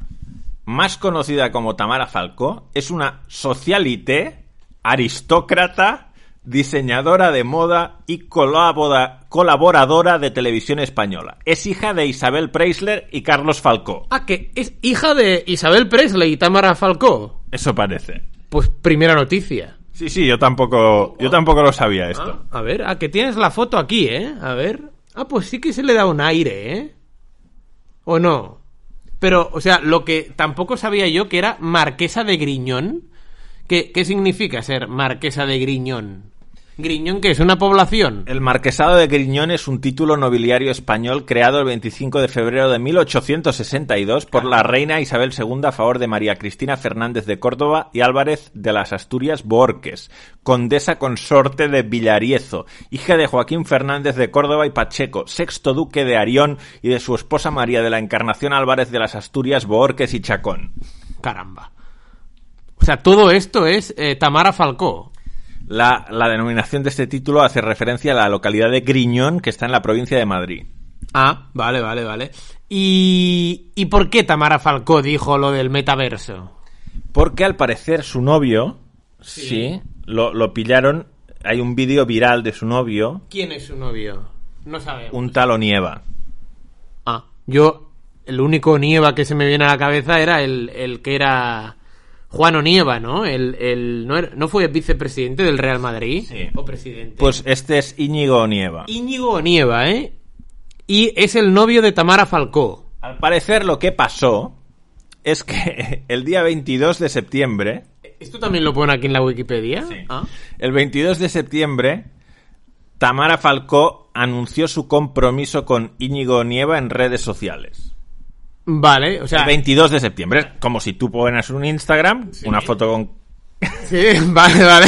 [SPEAKER 3] más conocida como Tamara Falcó, es una socialité, aristócrata, diseñadora de moda y colabora- colaboradora de televisión española. Es hija de Isabel Preisler y Carlos Falcó.
[SPEAKER 2] Ah, que es hija de Isabel Presley y Tamara Falcó.
[SPEAKER 3] Eso parece.
[SPEAKER 2] Pues primera noticia.
[SPEAKER 3] Sí, sí, yo tampoco, yo tampoco lo sabía esto.
[SPEAKER 2] Ah, a ver, ah, que tienes la foto aquí, ¿eh? A ver. Ah, pues sí que se le da un aire, ¿eh? ¿O no? Pero, o sea, lo que tampoco sabía yo que era marquesa de Griñón. ¿Qué, qué significa ser marquesa de Griñón? ¿Griñón que es una población?
[SPEAKER 3] El Marquesado de Griñón es un título nobiliario español creado el 25 de febrero de 1862 por la reina Isabel II a favor de María Cristina Fernández de Córdoba y Álvarez de las Asturias Borques, condesa consorte de Villariezo, hija de Joaquín Fernández de Córdoba y Pacheco, sexto duque de Arión y de su esposa María de la Encarnación Álvarez de las Asturias Borques y Chacón.
[SPEAKER 2] Caramba. O sea, todo esto es eh, Tamara Falcó.
[SPEAKER 3] La, la denominación de este título hace referencia a la localidad de Griñón que está en la provincia de Madrid.
[SPEAKER 2] Ah, vale, vale, vale. ¿Y, ¿y por qué Tamara Falcó dijo lo del metaverso?
[SPEAKER 3] Porque al parecer su novio, sí, lo, lo pillaron. Hay un vídeo viral de su novio,
[SPEAKER 2] ¿Quién es su novio? No sabemos.
[SPEAKER 3] un tal Onieva.
[SPEAKER 2] Ah, yo, el único Nieva que se me viene a la cabeza era el, el que era Juan Onieva, ¿no? El, el, ¿no, era- no fue vicepresidente del Real Madrid?
[SPEAKER 3] Sí.
[SPEAKER 2] O presidente.
[SPEAKER 3] Pues este es Íñigo Onieva.
[SPEAKER 2] Íñigo Onieva, ¿eh? Y es el novio de Tamara Falcó.
[SPEAKER 3] Al parecer lo que pasó es que el día 22 de septiembre,
[SPEAKER 2] ¿Esto también lo pone aquí en la Wikipedia? Ah.
[SPEAKER 3] el 22 de septiembre, Tamara Falcó anunció su compromiso con Íñigo Onieva en redes sociales.
[SPEAKER 2] Vale, o sea...
[SPEAKER 3] El 22 de septiembre, es como si tú pones un Instagram, una foto con
[SPEAKER 2] Sí, vale, vale.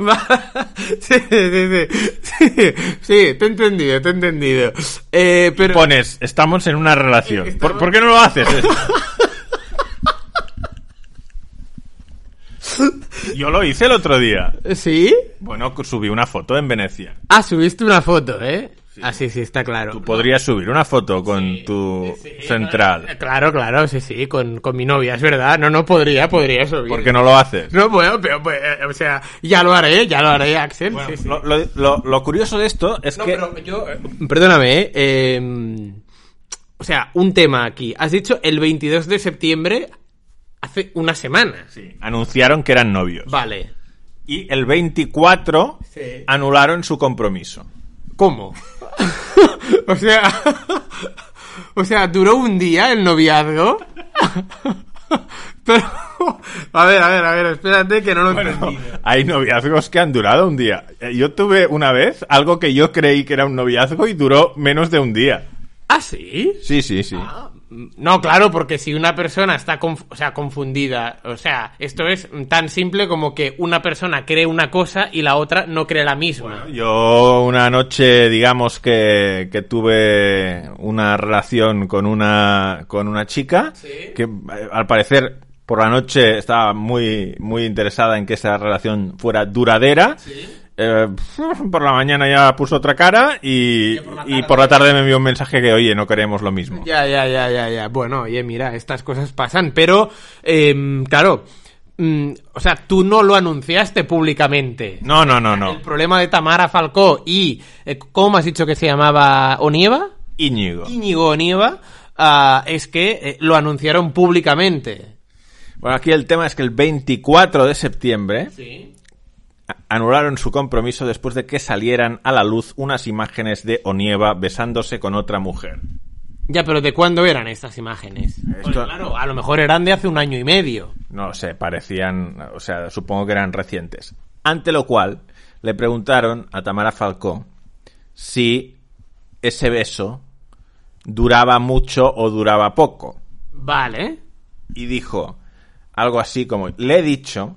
[SPEAKER 2] Va- sí, sí, sí, sí, sí, te he entendido, te he entendido. Eh, pero... Eh,
[SPEAKER 3] pones, estamos en una relación.
[SPEAKER 2] Estamos-
[SPEAKER 3] ¿Por, por qué no lo haces? Yo lo hice el otro día.
[SPEAKER 2] ¿Sí?
[SPEAKER 3] Bueno, subí una foto en Venecia.
[SPEAKER 2] Ah, subiste una foto, ¿eh? Ah, sí, sí, está claro.
[SPEAKER 3] Tú podrías subir una foto con tu central.
[SPEAKER 2] Eh, Claro, claro, sí, sí, con, con mi novia, es verdad. No, no podría, podría subir.
[SPEAKER 3] ¿Por qué no lo haces?
[SPEAKER 2] No, bueno, pero, pues, eh, o sea, ya lo haré, ya lo haré, Axel. sí, sí.
[SPEAKER 3] Lo, lo- lo- lo curioso de esto es que...
[SPEAKER 2] yo... Perdóname, eh, eh, O sea, un tema aquí. Has dicho el 22 de septiembre hace unas semanas.
[SPEAKER 3] Sí, anunciaron que eran novios.
[SPEAKER 2] Vale.
[SPEAKER 3] Y el 24
[SPEAKER 2] Sí.
[SPEAKER 3] anularon su compromiso.
[SPEAKER 2] ¿Cómo? o sea... o sea, duró un día el noviazgo. Pero... A ver, a ver, a ver, espérate que no lo he
[SPEAKER 3] Bueno,
[SPEAKER 2] entendido.
[SPEAKER 3] hay noviazgos que han durado un día. Eh, Yo tuve una vez algo que yo creí que era un noviazgo y duró menos de un día.
[SPEAKER 2] ¿Ah, sí?
[SPEAKER 3] Sí, sí, sí.
[SPEAKER 2] Ah. No, claro, porque si una persona está conf- o sea, confundida, o sea, esto es tan simple como que una persona cree una cosa y la otra no cree la misma.
[SPEAKER 3] Yo una noche, digamos que, que tuve una relación con una con una chica
[SPEAKER 2] Sí.
[SPEAKER 3] que eh, al parecer por la noche estaba muy muy interesada en que esa relación fuera duradera. Eh, por la mañana ya puso otra cara y, y por, la tarde me envió un mensaje que oye no queremos lo mismo.
[SPEAKER 2] Ya, ya, ya, ya, ya. Bueno, oye, mira, estas cosas pasan, pero, em, claro, mm, o sea, tú no lo anunciaste públicamente.
[SPEAKER 3] No, no, no, no.
[SPEAKER 2] El problema de Tamara Falcó y, eh, ¿cómo has dicho que se llamaba? ¿Onieva?
[SPEAKER 3] Íñigo.
[SPEAKER 2] Íñigo Onieva, ah, es que eh, lo anunciaron públicamente.
[SPEAKER 3] Bueno, aquí el tema es que el 24 de septiembre
[SPEAKER 2] Sí.
[SPEAKER 3] a- anularon su compromiso después de que salieran a la luz unas imágenes de Onieva besándose con otra mujer.
[SPEAKER 2] Ya, pero ¿de cuándo eran estas imágenes? Porque, claro, a lo mejor eran de hace un año y medio.
[SPEAKER 3] No sé, parecían, o sea, supongo que eran recientes. Ante lo cual, le preguntaron a Tamara Falcó si ese beso duraba mucho o duraba poco.
[SPEAKER 2] Vale.
[SPEAKER 3] Y dijo algo así como, le he dicho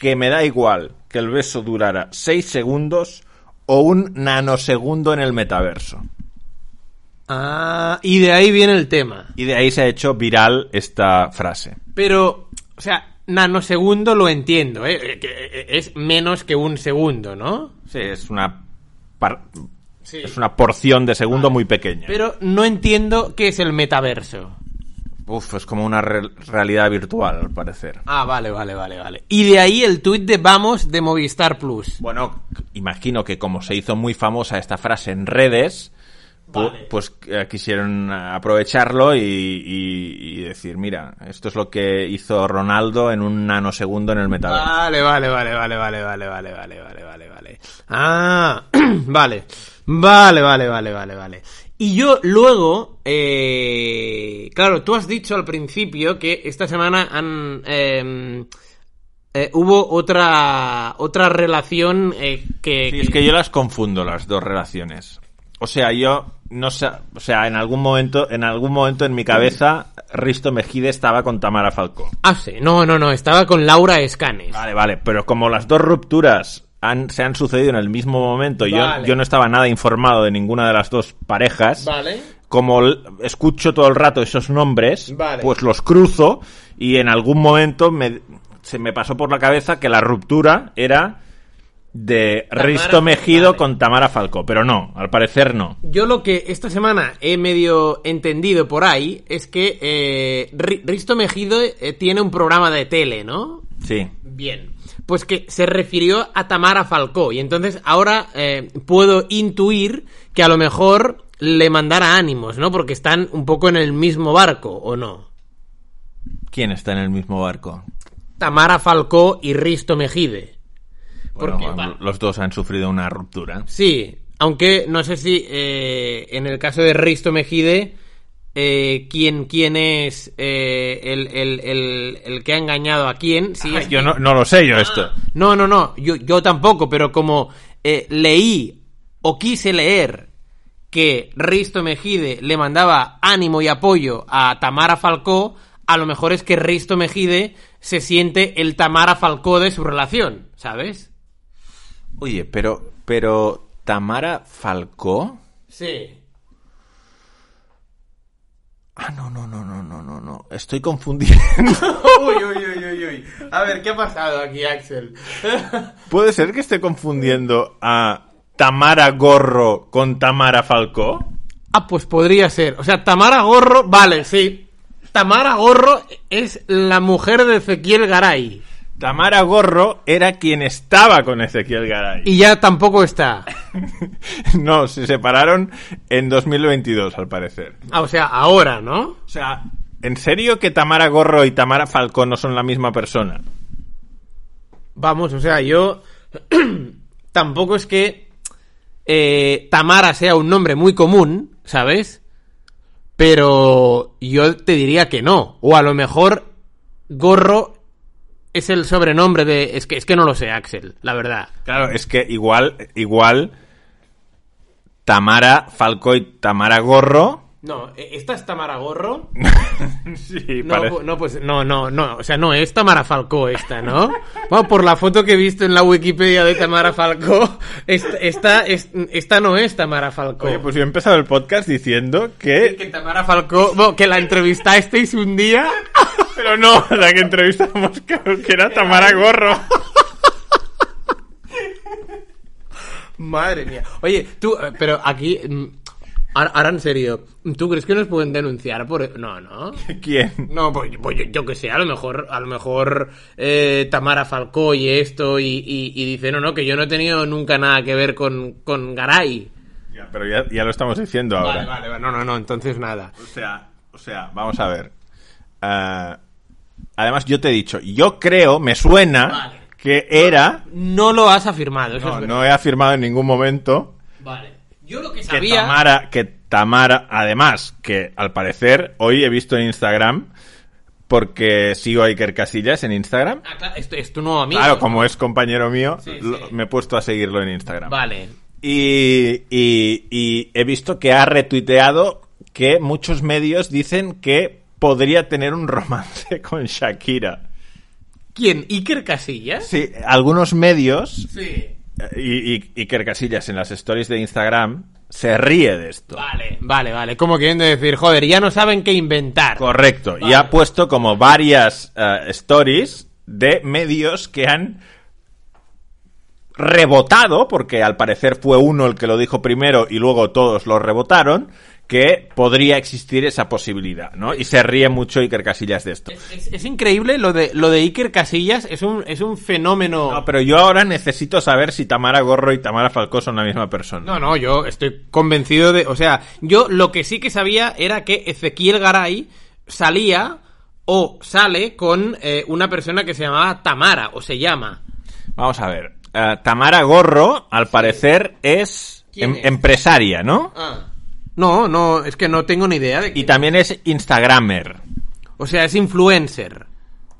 [SPEAKER 3] que me da igual que el beso durara 6 segundos o un nanosegundo en el metaverso.
[SPEAKER 2] Ah, y de ahí viene el tema.
[SPEAKER 3] Y de ahí se ha hecho viral esta frase.
[SPEAKER 2] Pero, o sea, nanosegundo lo entiendo, ¿eh? Que es menos que un segundo, ¿no?
[SPEAKER 3] Sí, es una, par- es una porción de segundo muy pequeña.
[SPEAKER 2] Pero no entiendo qué es el metaverso.
[SPEAKER 3] Uf, es como una re- realidad virtual, al parecer.
[SPEAKER 2] Ah, vale, vale, vale, vale. Y de ahí el tuit de vamos de Movistar Plus.
[SPEAKER 3] Bueno, imagino que como se hizo muy famosa esta frase en redes, pu-
[SPEAKER 2] Vale.
[SPEAKER 3] pues eh, quisieron aprovecharlo y, y- y decir, mira, esto es lo que hizo Ronaldo en un nanosegundo en el metaverso.
[SPEAKER 2] Vale, vale, vale, vale, vale, vale, vale, vale, vale, vale, vale. Ah, vale. Vale, vale, vale, vale, vale. Y yo luego, eh, claro, tú has dicho al principio que esta semana han, eh, eh, hubo otra otra relación eh, que,
[SPEAKER 3] Sí, es que yo las confundo las dos relaciones. O sea, yo no sé, o sea, en algún momento, en algún momento en mi cabeza, Risto Mejide estaba con Tamara Falcó.
[SPEAKER 2] Ah, sí. No, no, no. Estaba con Laura Escanes.
[SPEAKER 3] Vale, vale, pero como las dos rupturas han- se han sucedido en el mismo momento, y yo,
[SPEAKER 2] Vale.
[SPEAKER 3] yo no estaba nada informado de ninguna de las dos parejas.
[SPEAKER 2] Vale.
[SPEAKER 3] Como l- escucho todo el rato esos nombres,
[SPEAKER 2] Vale.
[SPEAKER 3] pues los cruzo y en algún momento me- se me pasó por la cabeza que la ruptura era de
[SPEAKER 2] Tamara-
[SPEAKER 3] Risto Mejido
[SPEAKER 2] vale.
[SPEAKER 3] con Tamara Falcó, pero no, al parecer no.
[SPEAKER 2] Yo lo que esta semana he medio entendido por ahí es que eh, Ri- Risto Mejido eh, tiene un programa de tele, ¿no?
[SPEAKER 3] Sí.
[SPEAKER 2] Bien. Pues que se refirió a Tamara Falcó y entonces ahora eh, puedo intuir que a lo mejor le mandara ánimos, ¿no? Porque están un poco en el mismo barco, ¿o no?
[SPEAKER 3] ¿Quién está en el mismo barco?
[SPEAKER 2] Tamara Falcó y Risto Mejide.
[SPEAKER 3] Bueno,
[SPEAKER 2] Porque va-
[SPEAKER 3] los dos han sufrido una ruptura.
[SPEAKER 2] Sí, aunque no sé si eh, en el caso de Risto Mejide, eh, quién, quién es eh, el, el- el- el que ha engañado a quién. si es- Ah.
[SPEAKER 3] Yo no, no lo sé yo esto.
[SPEAKER 2] No, no, no, yo, yo tampoco, pero como eh, leí o quise leer que Risto Mejide le mandaba ánimo y apoyo a Tamara Falcó, a lo mejor es que Risto Mejide se siente el Tamara Falcó de su relación, ¿sabes?
[SPEAKER 3] Oye, pero, pero Tamara Falcó.
[SPEAKER 2] Sí.
[SPEAKER 3] Ah, no, no, no, no, no, no, no. Estoy confundiendo.
[SPEAKER 2] Uy, uy, uy, uy, uy. A ver, ¿qué ha pasado aquí, Axel?
[SPEAKER 3] ¿Puede ser que esté confundiendo a Tamara Gorro con Tamara Falcó?
[SPEAKER 2] ah, pues podría ser. O sea, Tamara Gorro, vale, sí. Tamara Gorro es la mujer de Ezequiel Garay.
[SPEAKER 3] Tamara Gorro era quien estaba con Ezequiel Garay.
[SPEAKER 2] Y ya tampoco está.
[SPEAKER 3] No, se separaron en 2022, al parecer.
[SPEAKER 2] Ah, o sea, ahora, ¿no?
[SPEAKER 3] O sea, ¿en serio que Tamara Gorro y Tamara Falcó no son la misma persona?
[SPEAKER 2] Vamos, o sea, yo. tampoco es que. eh, Tamara sea un nombre muy común, ¿sabes? Pero yo te diría que no. O a lo mejor Gorro es el sobrenombre de. Es que, es que no lo sé, Axel, la verdad.
[SPEAKER 3] Claro, es que igual, igual Tamara Falcó y Tamara Gorro.
[SPEAKER 2] No, e, ¿esta es Tamara Gorro?
[SPEAKER 3] Sí,
[SPEAKER 2] No,
[SPEAKER 3] parece-
[SPEAKER 2] pu- no, pues no, no, no. O sea, no es Tamara Falcó esta, ¿no? Bueno, por la foto que he visto en la Wikipedia de Tamara Falcó, esta, esta, es- esta no es Tamara Falcó.
[SPEAKER 3] Oye, pues yo he empezado el podcast diciendo
[SPEAKER 2] Sí,
[SPEAKER 3] que.
[SPEAKER 2] que Tamara Falcó, bueno, que la entrevistasteis un día.
[SPEAKER 3] Pero no, la que entrevistamos creo que era Tamara Gorro.
[SPEAKER 2] Madre mía. Oye, tú, eh, pero aquí, mm, ahora, ahora en serio, ¿tú crees que nos pueden denunciar por...? e-? No, no.
[SPEAKER 3] ¿Quién?
[SPEAKER 2] No, pues, pues yo, yo que sé, a lo mejor, a lo mejor eh, Tamara Falcó y esto y, y- y dice, no, no, que yo no he tenido nunca nada que ver con, con Garay.
[SPEAKER 3] Ya, pero ya, ya lo estamos diciendo ahora.
[SPEAKER 2] Vale, vale, vale, no, no, no, entonces nada.
[SPEAKER 3] O sea, o sea, vamos a ver. Ah, además, yo te he dicho, yo creo, me suena
[SPEAKER 2] Vale.
[SPEAKER 3] que era.
[SPEAKER 2] No lo has afirmado, eso
[SPEAKER 3] No,
[SPEAKER 2] es verdad.
[SPEAKER 3] no he afirmado en ningún momento
[SPEAKER 2] Vale. Yo lo que
[SPEAKER 3] que
[SPEAKER 2] sabía...
[SPEAKER 3] Tamara, que Tamara, además, que al parecer hoy he visto en Instagram, porque sigo a Iker Casillas en Instagram.
[SPEAKER 2] Ah, claro, es, tu- es tu nuevo amigo.
[SPEAKER 3] Claro, como es compañero mío,
[SPEAKER 2] Sí,
[SPEAKER 3] lo-
[SPEAKER 2] sí.
[SPEAKER 3] me he puesto a seguirlo en Instagram.
[SPEAKER 2] Vale.
[SPEAKER 3] Y, y- y he visto que ha retuiteado que muchos medios dicen que podría tener un romance con Shakira.
[SPEAKER 2] ¿Quién? ¿Iker Casillas?
[SPEAKER 3] Sí, algunos medios,
[SPEAKER 2] Sí.
[SPEAKER 3] eh, y, y Iker Casillas en las stories de Instagram, se ríe de esto.
[SPEAKER 2] Vale, vale, vale. Como queriendo decir, joder, ya no saben qué inventar.
[SPEAKER 3] Correcto. Y
[SPEAKER 2] Vale.
[SPEAKER 3] ha puesto como varias eh, stories de medios que han rebotado, porque al parecer fue uno el que lo dijo primero y luego todos lo rebotaron, que podría existir esa posibilidad, ¿no? Y se ríe mucho Iker Casillas de esto.
[SPEAKER 2] Es, es increíble lo de, lo de Iker Casillas, es un, es un fenómeno.
[SPEAKER 3] No, pero yo ahora necesito saber si Tamara Gorro y Tamara Falcó son la misma persona.
[SPEAKER 2] No, no, yo estoy convencido de. O sea, yo lo que sí que sabía era que Ezequiel Garay salía o sale con eh, una persona que se llamaba Tamara, o se llama.
[SPEAKER 3] Vamos a ver. Eh, Tamara Gorro, al parecer, es,
[SPEAKER 2] ¿Quién
[SPEAKER 3] em-
[SPEAKER 2] es? Ah,
[SPEAKER 3] empresaria, ¿no?
[SPEAKER 2] No, no, es que no tengo ni idea de
[SPEAKER 3] Y
[SPEAKER 2] que.
[SPEAKER 3] también es Instagrammer.
[SPEAKER 2] O sea, es influencer.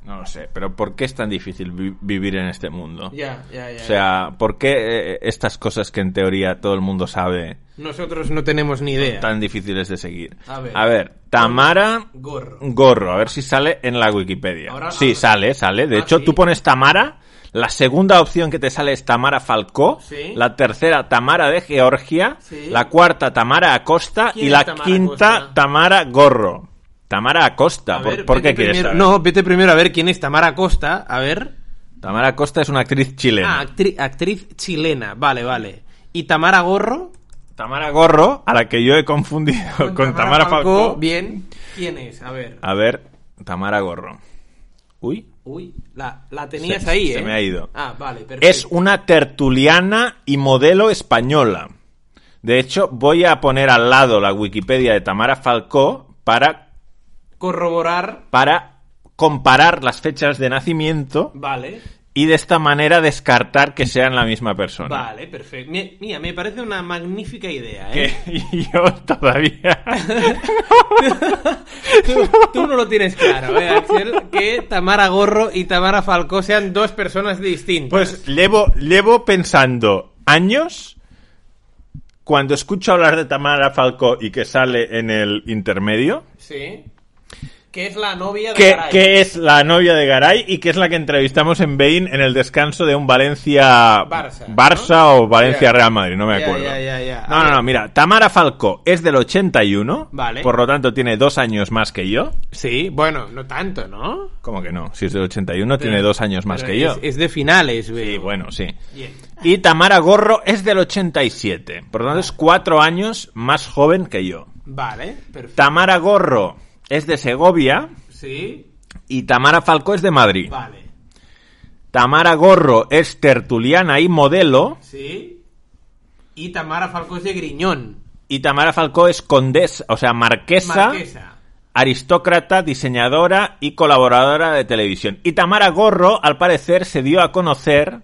[SPEAKER 3] No lo sé, pero ¿por qué es tan difícil vi- vivir en este mundo?
[SPEAKER 2] Ya, ya, ya.
[SPEAKER 3] O sea, ¿por qué eh, estas cosas que en teoría todo el mundo sabe
[SPEAKER 2] Nosotros no tenemos ni idea.
[SPEAKER 3] tan difíciles de seguir?
[SPEAKER 2] A ver.
[SPEAKER 3] Tamara
[SPEAKER 2] Gorro.
[SPEAKER 3] Gorro, a ver si sale en la Wikipedia.
[SPEAKER 2] Ahora-
[SPEAKER 3] sí,
[SPEAKER 2] ahora-
[SPEAKER 3] sale, sale. De
[SPEAKER 2] Ah,
[SPEAKER 3] hecho,
[SPEAKER 2] sí.
[SPEAKER 3] tú pones Tamara, la segunda opción que te sale es Tamara Falcó,
[SPEAKER 2] Sí.
[SPEAKER 3] la tercera Tamara de Georgia,
[SPEAKER 2] Sí.
[SPEAKER 3] la cuarta Tamara Acosta
[SPEAKER 2] ¿Quién
[SPEAKER 3] y
[SPEAKER 2] es
[SPEAKER 3] la
[SPEAKER 2] Tamara
[SPEAKER 3] quinta
[SPEAKER 2] Acosta?
[SPEAKER 3] Tamara Gorro. Tamara Acosta,
[SPEAKER 2] A
[SPEAKER 3] ¿por,
[SPEAKER 2] ver,
[SPEAKER 3] por qué
[SPEAKER 2] vete
[SPEAKER 3] quieres
[SPEAKER 2] primero-
[SPEAKER 3] saber?
[SPEAKER 2] No, vete primero a ver quién es Tamara Costa. A ver.
[SPEAKER 3] Tamara Acosta es una actriz chilena.
[SPEAKER 2] Ah, actri- actriz chilena. Vale, vale. ¿Y Tamara Gorro?
[SPEAKER 3] Tamara Gorro, a la que yo he confundido con, Tamara, Falcó. Ah.
[SPEAKER 2] Bien. ¿Quién es? A ver.
[SPEAKER 3] A ver, Tamara Gorro. Uy.
[SPEAKER 2] Uy, la, la tenías
[SPEAKER 3] Se-
[SPEAKER 2] ahí,
[SPEAKER 3] se
[SPEAKER 2] ¿eh?
[SPEAKER 3] me ha ido.
[SPEAKER 2] Ah, vale, perfecto.
[SPEAKER 3] Es una tertuliana y modelo española. De hecho, voy a poner al lado la Wikipedia de Tamara Falcó para,
[SPEAKER 2] Corroborar.
[SPEAKER 3] para comparar las fechas de nacimiento
[SPEAKER 2] Vale.
[SPEAKER 3] y de esta manera descartar que sean la misma persona.
[SPEAKER 2] Vale, perfecto. Mi- Mira, me parece una magnífica idea,
[SPEAKER 3] Que
[SPEAKER 2] ¿eh?
[SPEAKER 3] yo todavía...
[SPEAKER 2] Tú, tú no lo tienes claro, ¿eh, Axel? Que Tamara Gorro y Tamara Falcó sean dos personas distintas.
[SPEAKER 3] Pues llevo, llevo pensando años cuando escucho hablar de Tamara Falcó y que sale en el intermedio,
[SPEAKER 2] Sí. Que es la novia de
[SPEAKER 3] que,
[SPEAKER 2] Garay.
[SPEAKER 3] que es la novia de Garay y que es la que entrevistamos en Bain en el descanso de un Valencia
[SPEAKER 2] Barça, ¿no?
[SPEAKER 3] Barça o Valencia
[SPEAKER 2] Ya.
[SPEAKER 3] Real Madrid, no me
[SPEAKER 2] Ya,
[SPEAKER 3] acuerdo.
[SPEAKER 2] ya, ya, ya.
[SPEAKER 3] No, no, no, mira, Tamara Falcó es del 81,
[SPEAKER 2] Vale.
[SPEAKER 3] por lo tanto tiene dos años más que yo.
[SPEAKER 2] Sí, bueno, no tanto, ¿no?
[SPEAKER 3] ¿Cómo que no? Si es del 81 tiene
[SPEAKER 2] Pero-
[SPEAKER 3] dos años más
[SPEAKER 2] pero
[SPEAKER 3] que yo.
[SPEAKER 2] Es, es de finales, güey.
[SPEAKER 3] Sí, bueno, sí.
[SPEAKER 2] Bien.
[SPEAKER 3] Y Tamara Gorro es del 87, por lo tanto es cuatro años más joven que yo.
[SPEAKER 2] Vale, perfecto.
[SPEAKER 3] Tamara Gorro es de Segovia
[SPEAKER 2] Sí,
[SPEAKER 3] y Tamara Falcó es de Madrid.
[SPEAKER 2] vale.
[SPEAKER 3] Tamara Gorro es tertuliana y modelo
[SPEAKER 2] Sí. Y Tamara Falcó es de Griñón.
[SPEAKER 3] y Tamara Falcó es condesa, o sea, marquesa,
[SPEAKER 2] Marquesa.
[SPEAKER 3] aristócrata, diseñadora y colaboradora de televisión. Y Tamara Gorro, al parecer, se dio a conocer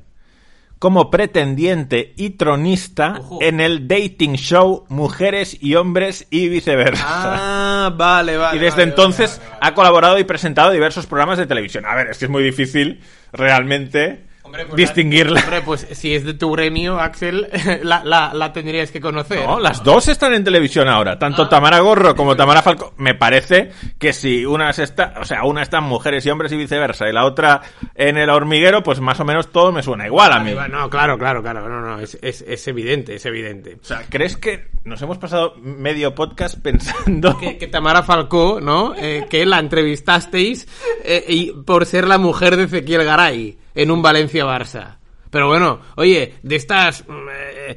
[SPEAKER 3] como pretendiente y tronista
[SPEAKER 2] Ojo.
[SPEAKER 3] en el dating show Mujeres y Hombres y viceversa.
[SPEAKER 2] Ah, vale, vale.
[SPEAKER 3] y desde
[SPEAKER 2] vale,
[SPEAKER 3] entonces
[SPEAKER 2] vale, vale, vale.
[SPEAKER 3] ha colaborado y presentado diversos programas de televisión. A ver, es que es muy difícil realmente
[SPEAKER 2] Hombre, pues,
[SPEAKER 3] distinguirla.
[SPEAKER 2] Hombre, pues si es de tu gremio, Axel, la, la, la tendrías que conocer.
[SPEAKER 3] No, las dos están en televisión ahora, tanto
[SPEAKER 2] Ah.
[SPEAKER 3] Tamara Gorro como Tamara Falco. Me parece que si una es esta, o sea, una está en mujeres y hombres y viceversa, y la otra en el hormiguero, pues más o menos todo me suena igual a mí.
[SPEAKER 2] Vale, va- No, claro, claro, claro. No, no, es, es, es evidente, es evidente.
[SPEAKER 3] O sea, ¿crees que nos hemos pasado medio podcast pensando
[SPEAKER 2] que, que Tamara Falcó, ¿no? Eh, que la entrevistasteis eh, y por ser la mujer de Ezequiel Garay en un Valencia-Barça. Pero bueno, oye, de estas... mm, eh,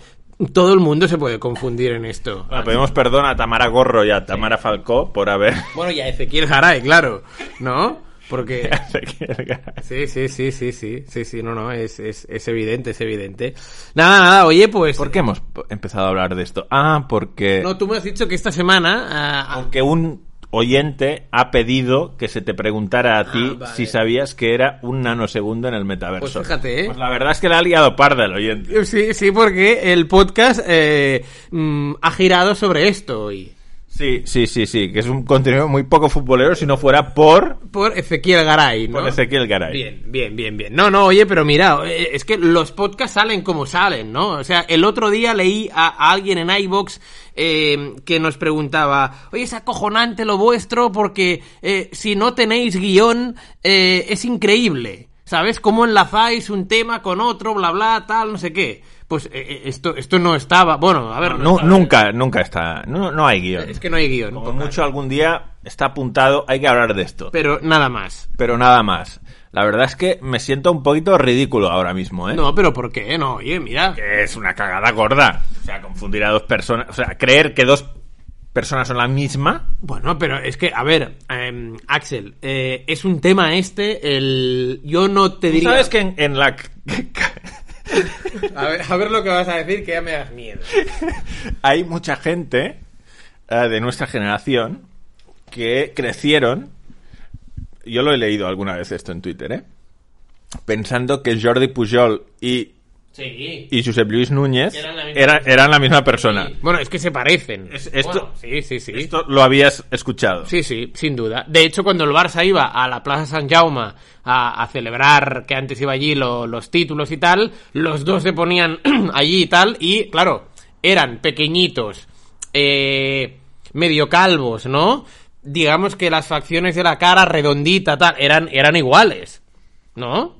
[SPEAKER 2] todo el mundo se puede confundir en esto.
[SPEAKER 3] Bueno, pedimos perdón a Tamara Gorro y a Tamara Falcó por haber...
[SPEAKER 2] Bueno, ya Ezequiel Garay, claro, ¿no? Porque... Sí, sí, sí, sí, sí, sí, sí, no, no, es, es, es evidente, es evidente. Nada, nada, oye, pues...
[SPEAKER 3] ¿Por qué hemos p- empezado a hablar de esto? Ah, porque...
[SPEAKER 2] No, tú me has dicho que esta semana... ah, ah,
[SPEAKER 3] Porque un oyente ha pedido que se te preguntara a ti
[SPEAKER 2] Ah, vale.
[SPEAKER 3] si sabías que era un nanosegundo en el metaverso.
[SPEAKER 2] Pues fíjate, ¿eh?
[SPEAKER 3] Pues la verdad es que la ha liado parda el oyente.
[SPEAKER 2] Sí, sí, porque el podcast eh, mm, ha girado sobre esto hoy.
[SPEAKER 3] Sí, sí, sí, sí, que es un contenido muy poco futbolero si no fuera por,
[SPEAKER 2] Por Ezequiel Garay, ¿no?
[SPEAKER 3] por Ezequiel Garay.
[SPEAKER 2] Bien, bien, bien, bien. No, no, oye, pero mira, eh, es que los podcasts salen como salen, ¿no? O sea, el otro día leí a, a alguien en iBox que nos preguntaba, oye, es acojonante lo vuestro porque eh, si no tenéis guión eh, es increíble, ¿sabes? ¿Cómo enlazáis un tema con otro, bla, bla, tal, no sé qué? Pues eh, eh, esto, esto no estaba, bueno, a ver, no
[SPEAKER 3] Nu-
[SPEAKER 2] estaba.
[SPEAKER 3] nunca, nunca está. No, no hay guión.
[SPEAKER 2] es que no hay guión.
[SPEAKER 3] Como mucho algún día está apuntado, hay que hablar de esto.
[SPEAKER 2] Pero nada más.
[SPEAKER 3] Pero nada más. La verdad es que me siento un poquito ridículo ahora mismo, ¿eh?
[SPEAKER 2] No, pero ¿por qué? No, oye, mira.
[SPEAKER 3] Que es una cagada gorda. O sea, confundir a dos personas. O sea, creer que dos personas son la misma.
[SPEAKER 2] Bueno, pero es que, a ver, em, Axel, eh, es un tema este, el... Yo no te
[SPEAKER 3] ¿Tú
[SPEAKER 2] diría...
[SPEAKER 3] sabes que en, en la.
[SPEAKER 2] A ver, a ver lo que vas a decir, que ya me das miedo.
[SPEAKER 3] hay mucha gente eh, de nuestra generación que crecieron. Yo lo he leído alguna vez esto en Twitter, ¿eh? Pensando que Jordi Pujol y
[SPEAKER 2] Sí.
[SPEAKER 3] y Josep Luis Núñez
[SPEAKER 2] Eran la misma
[SPEAKER 3] era-
[SPEAKER 2] persona.
[SPEAKER 3] eran la misma persona.
[SPEAKER 2] Bueno, es que se parecen.
[SPEAKER 3] Es- esto-
[SPEAKER 2] Bueno, sí, sí, sí.
[SPEAKER 3] Esto lo habías escuchado.
[SPEAKER 2] Sí, sí, sin duda. De hecho, cuando el Barça iba a la Plaza San Jaume a, a celebrar que antes iba allí lo- los títulos y tal, los dos se ponían allí y tal, y claro, eran pequeñitos, eh, medio calvos, ¿no? Digamos que las facciones de la cara redondita, tal, eran, eran iguales, ¿no?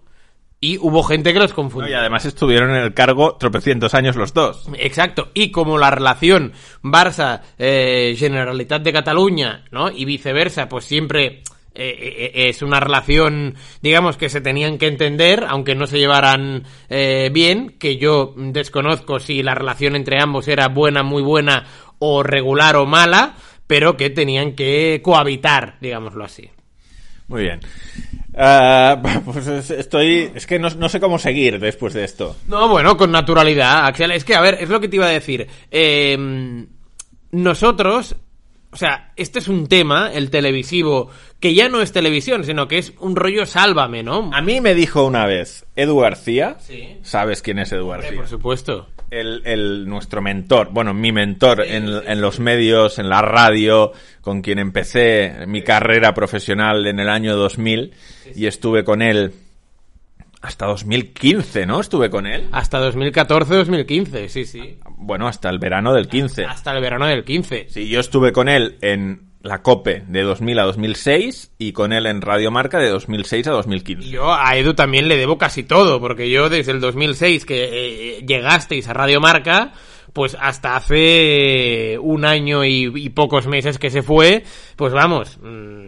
[SPEAKER 2] Y hubo gente que los
[SPEAKER 3] No,
[SPEAKER 2] confundió.
[SPEAKER 3] Y además estuvieron en el cargo tropecientos años los dos.
[SPEAKER 2] Exacto, y como la relación Barça-Generalitat de Cataluña, ¿no? Y viceversa, pues siempre eh, eh, eh, es una relación, digamos, que se tenían que entender, aunque no se llevaran eh, bien, que yo desconozco si la relación entre ambos era buena, muy buena, o regular o mala, pero que tenían que cohabitar, digámoslo así.
[SPEAKER 3] Muy bien. Ah, pues es- estoy. Es que no, no sé cómo seguir después de esto.
[SPEAKER 2] No, bueno, con naturalidad, Axel. Es que, a ver, es lo que te iba a decir. Eh, nosotros, o sea, este es un tema, el televisivo, que ya no es televisión, sino que es un rollo sálvame, ¿no?
[SPEAKER 3] A mí me dijo una vez Edu García.
[SPEAKER 2] Sí.
[SPEAKER 3] ¿Sabes quién es Edu
[SPEAKER 2] Eh,
[SPEAKER 3] García?
[SPEAKER 2] por supuesto.
[SPEAKER 3] El, el- nuestro mentor, bueno, mi mentor en, en los medios, en la radio, con quien empecé mi carrera profesional en el año 2000 y estuve con él hasta 2015, ¿no? Estuve con él.
[SPEAKER 2] Hasta 2014-2015, sí, sí.
[SPEAKER 3] Bueno, hasta el verano del 15.
[SPEAKER 2] Hasta el verano del 15.
[SPEAKER 3] Sí, yo estuve con él en la COPE de 2000 a 2006 y con él en Radio Marca de 2006 a 2015.
[SPEAKER 2] Y Yo a Edu también le debo casi todo, porque yo desde el 2006 que eh, llegasteis a Radio Marca, pues hasta hace un año y, y pocos meses que se fue, pues vamos, mm,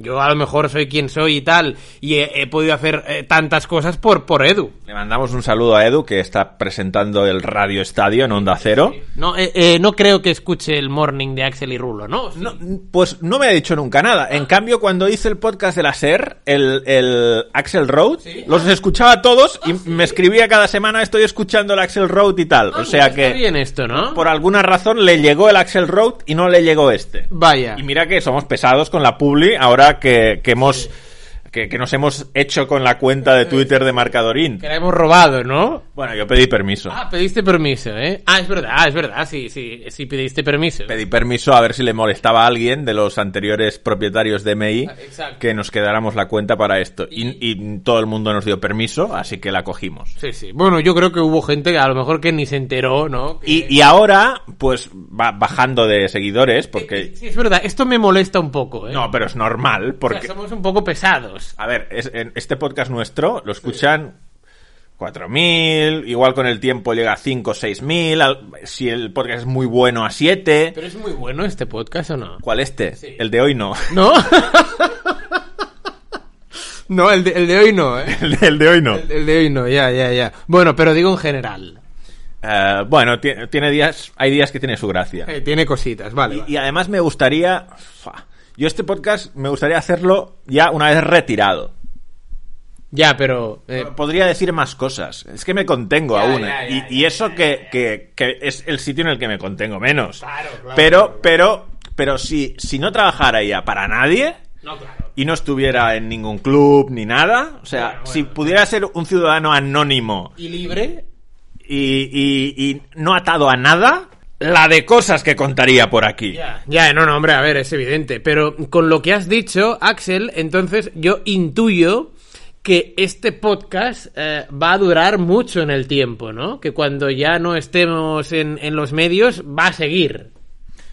[SPEAKER 2] yo a lo mejor soy quien soy y tal, y he, he podido hacer eh, tantas cosas por, por Edu.
[SPEAKER 3] Le mandamos un saludo a Edu que está presentando el Radio Estadio en Onda Cero.
[SPEAKER 2] No, eh, eh, no creo que escuche el morning de Axel y Rulo, ¿no?
[SPEAKER 3] No, pues no me ha dicho nunca nada. En cambio, cuando hice el podcast de la SER, el, el Axel Road, los escuchaba todos
[SPEAKER 2] Ah,
[SPEAKER 3] y me escribía cada semana estoy escuchando el Axel Road y tal. o sea
[SPEAKER 2] Ah, pues
[SPEAKER 3] que
[SPEAKER 2] Está bien esto, ¿no?
[SPEAKER 3] por alguna razón le llegó el Axel Road y no le llegó este.
[SPEAKER 2] Vaya.
[SPEAKER 3] Y mira que somos pesados con la publi ahora que, que hemos que, que nos hemos hecho con la cuenta de Twitter de Marcadorín.
[SPEAKER 2] Que la hemos robado, ¿no?
[SPEAKER 3] Bueno, yo pedí permiso.
[SPEAKER 2] Ah, pediste permiso, ¿eh? Ah, es verdad, es verdad, sí, sí, sí pediste permiso.
[SPEAKER 3] Pedí permiso a ver si le molestaba a alguien de los anteriores propietarios de MI
[SPEAKER 2] Ah, exacto.
[SPEAKER 3] que nos quedáramos la cuenta para esto. Y, y todo el mundo nos dio permiso, así que la cogimos.
[SPEAKER 2] Sí, sí. Bueno, yo creo que hubo gente que a lo mejor que ni se enteró, ¿no? Que-
[SPEAKER 3] Y, y ahora, pues, va bajando de seguidores, porque...
[SPEAKER 2] Sí, es verdad, esto me molesta un poco, ¿eh?
[SPEAKER 3] No, pero es normal,
[SPEAKER 2] O sea,
[SPEAKER 3] porque...
[SPEAKER 2] somos un poco pesados.
[SPEAKER 3] A ver, es- en este podcast nuestro lo escuchan 4.000, igual con el tiempo llega a 5 o 6.000, al- si el podcast es muy bueno a 7.
[SPEAKER 2] Pero es muy bueno este podcast, ¿o no?
[SPEAKER 3] ¿Cuál este?
[SPEAKER 2] Sí.
[SPEAKER 3] El de hoy no.
[SPEAKER 2] ¿No? no, el de, el de hoy no, ¿eh?
[SPEAKER 3] El de, el de hoy no.
[SPEAKER 2] El, el de hoy no, ya, ya, ya. Bueno, pero digo en general.
[SPEAKER 3] Eh, bueno, ti- tiene días, hay días que tiene su gracia.
[SPEAKER 2] Eh, tiene cositas, vale. vale.
[SPEAKER 3] Y, y además me gustaría... fa, Yo este podcast me gustaría hacerlo ya una vez retirado.
[SPEAKER 2] Ya, pero... eh,
[SPEAKER 3] Podría decir más cosas. Es que me contengo
[SPEAKER 2] Ya,
[SPEAKER 3] aún.
[SPEAKER 2] ya,
[SPEAKER 3] eh.
[SPEAKER 2] ya,
[SPEAKER 3] y, y eso que, que- que es el sitio en el que me contengo menos.
[SPEAKER 2] Claro, claro,
[SPEAKER 3] pero, pero Pero si, si no trabajara ella para nadie
[SPEAKER 2] No, claro.
[SPEAKER 3] y no estuviera en ningún club ni nada, o sea,
[SPEAKER 2] Bueno, bueno.
[SPEAKER 3] si pudiera ser un ciudadano anónimo
[SPEAKER 2] Y libre.
[SPEAKER 3] y, y- y no atado a nada, la de cosas que contaría por aquí.
[SPEAKER 2] Ya, no, no, hombre, a ver, es evidente. Pero con lo que has dicho, Axel, entonces yo intuyo que este podcast eh, va a durar mucho en el tiempo, ¿no? Que cuando ya no estemos en, en los medios, va a seguir.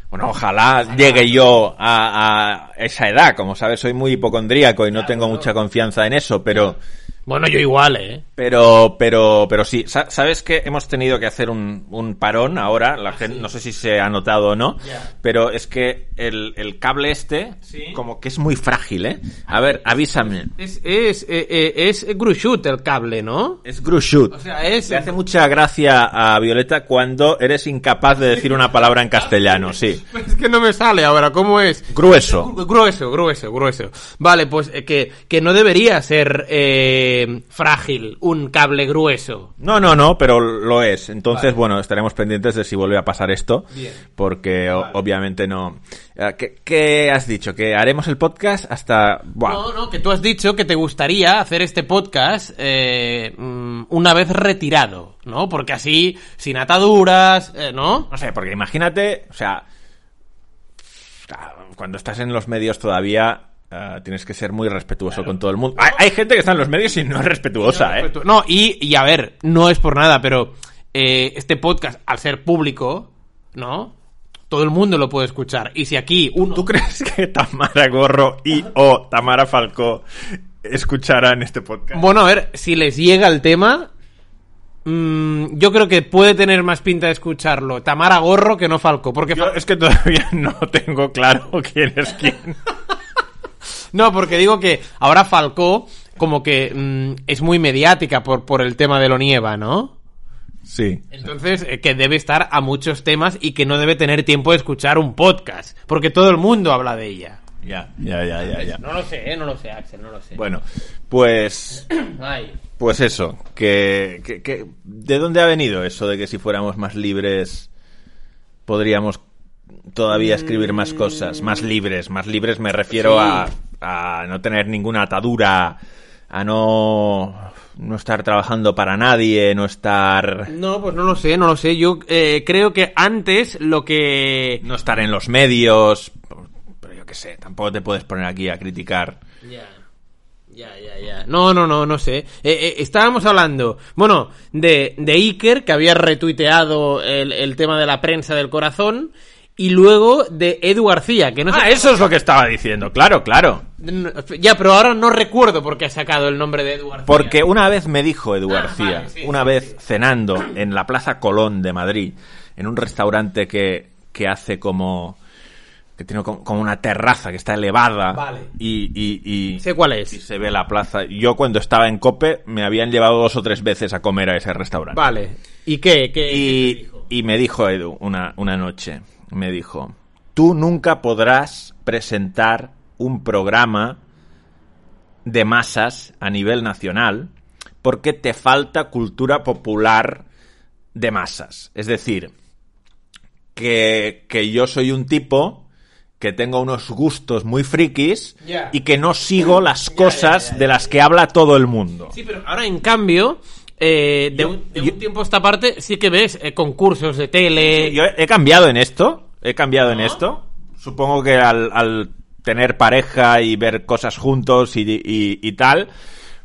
[SPEAKER 3] Bueno, ojalá llegue yo a, a esa edad. Como sabes, soy muy hipocondríaco y no tengo mucha confianza en eso, pero...
[SPEAKER 2] Bueno, yo igual, ¿eh?
[SPEAKER 3] Pero, pero, pero sí, Sa- ¿sabes que hemos tenido que hacer un, un parón ahora? La gente, no sé si se ha notado o no,
[SPEAKER 2] Ah, Ya.
[SPEAKER 3] pero es que el, el cable este,
[SPEAKER 2] Sí.
[SPEAKER 3] como que es muy frágil, ¿eh? A ver, avísame.
[SPEAKER 2] Es, es, eh, eh, es grushut el cable, ¿no?
[SPEAKER 3] Es Grushut.
[SPEAKER 2] O sea, es...
[SPEAKER 3] Le hace mucha gracia a Violeta cuando eres incapaz de decir una palabra en castellano, sí.
[SPEAKER 2] Es que no me sale ahora, ¿cómo es?
[SPEAKER 3] Grueso.
[SPEAKER 2] Grueso, grueso, grueso. Vale, pues eh, que, que no debería ser eh, frágil un cable grueso.
[SPEAKER 3] No, no, no, pero lo es. Entonces, bueno, estaremos pendientes de si vuelve a pasar esto.
[SPEAKER 2] Bien.
[SPEAKER 3] Porque o- obviamente no. Eh, ¿Qué, qué has dicho? ¿Que haremos el podcast hasta. Buah.
[SPEAKER 2] No, no, que tú has dicho que te gustaría hacer este podcast eh, mm, una vez retirado, ¿no? Porque así, sin ataduras, eh, ¿no?
[SPEAKER 3] No sé, porque imagínate, o sea. Cuando estás en los medios todavía. eh, tienes que ser muy respetuoso con todo el mundo. Hay, hay gente que está en los medios y no es respetuosa, ¿eh?
[SPEAKER 2] Pues No, y, y a ver, no es por nada, pero eh, este podcast, al ser público, ¿no? Todo el mundo lo puede escuchar. Y si aquí uno...
[SPEAKER 3] ¿Tú crees que Tamara Gorro y o Tamara Falcó escucharán este podcast?
[SPEAKER 2] Bueno, a ver, si les llega el tema, mm, yo creo que puede tener más pinta de escucharlo Tamara Gorro que no Falco, porque
[SPEAKER 3] Yo
[SPEAKER 2] Fal-
[SPEAKER 3] es que todavía no tengo claro quién es quién.
[SPEAKER 2] no, porque digo que ahora Falco como que mm, es muy mediática por por el tema de lo nieva, ¿no?
[SPEAKER 3] Sí.
[SPEAKER 2] Entonces, eh, que debe estar a muchos temas y que no debe tener tiempo de escuchar un podcast, porque todo el mundo habla de ella.
[SPEAKER 3] Ya, ya, ya, ya, ya.
[SPEAKER 2] No lo sé, eh, no lo sé, Axel, no lo sé.
[SPEAKER 3] Bueno, pues,
[SPEAKER 2] Ay.
[SPEAKER 3] pues eso. Que, que- que- ¿De dónde ha venido eso de que si fuéramos más libres podríamos todavía escribir más cosas? Más libres, más libres me refiero
[SPEAKER 2] Sí.
[SPEAKER 3] a, a no tener ninguna atadura, a no, no estar trabajando para nadie, no estar...
[SPEAKER 2] No, pues no lo sé, no lo sé. Yo eh, creo que antes lo que
[SPEAKER 3] No estar en los medios, pero yo qué sé, tampoco te puedes poner aquí a criticar.
[SPEAKER 2] Ya, ya, ya, ya. No, no, no, no sé. Eh, eh, estábamos hablando, bueno, de, de Iker, que había retuiteado el, el tema de la prensa del corazón, y luego de Edu García, que no
[SPEAKER 3] Ah,
[SPEAKER 2] sé...
[SPEAKER 3] eso es lo que estaba diciendo, claro, claro.
[SPEAKER 2] no- Ya, pero ahora no recuerdo por qué ha sacado el nombre de Edu García.
[SPEAKER 3] Porque una vez me dijo Edu
[SPEAKER 2] Ah,
[SPEAKER 3] García,
[SPEAKER 2] vale, sí,
[SPEAKER 3] una
[SPEAKER 2] sí,
[SPEAKER 3] vez cenando en la Plaza Colón de Madrid, en un restaurante que, que hace como... que tiene como, como una terraza que está elevada
[SPEAKER 2] Vale.
[SPEAKER 3] y, y- y-
[SPEAKER 2] Sé cuál
[SPEAKER 3] y
[SPEAKER 2] es.
[SPEAKER 3] se ve la plaza. Yo cuando estaba en Cope me habían llevado dos o tres veces a comer a ese restaurante.
[SPEAKER 2] Vale. ¿Y qué? ¿Qué- qué te
[SPEAKER 3] Y,
[SPEAKER 2] dijo?
[SPEAKER 3] y me dijo Edu una, una noche, me dijo, tú nunca podrás presentar un programa de masas a nivel nacional porque te falta cultura popular de masas. Es decir, que, que yo soy un tipo que tengo unos gustos muy frikis
[SPEAKER 2] Ya.
[SPEAKER 3] y que no sigo las cosas de las que habla todo el mundo.
[SPEAKER 2] Sí, pero ahora en cambio... eh, de,
[SPEAKER 3] Yo-
[SPEAKER 2] un, de
[SPEAKER 3] yo-
[SPEAKER 2] un tiempo a esta parte sí que ves eh, concursos de tele.
[SPEAKER 3] Eh, Yo he he cambiado en esto. He cambiado
[SPEAKER 2] Ah.
[SPEAKER 3] en esto. Supongo que al, al tener pareja y ver cosas juntos y, y- y tal,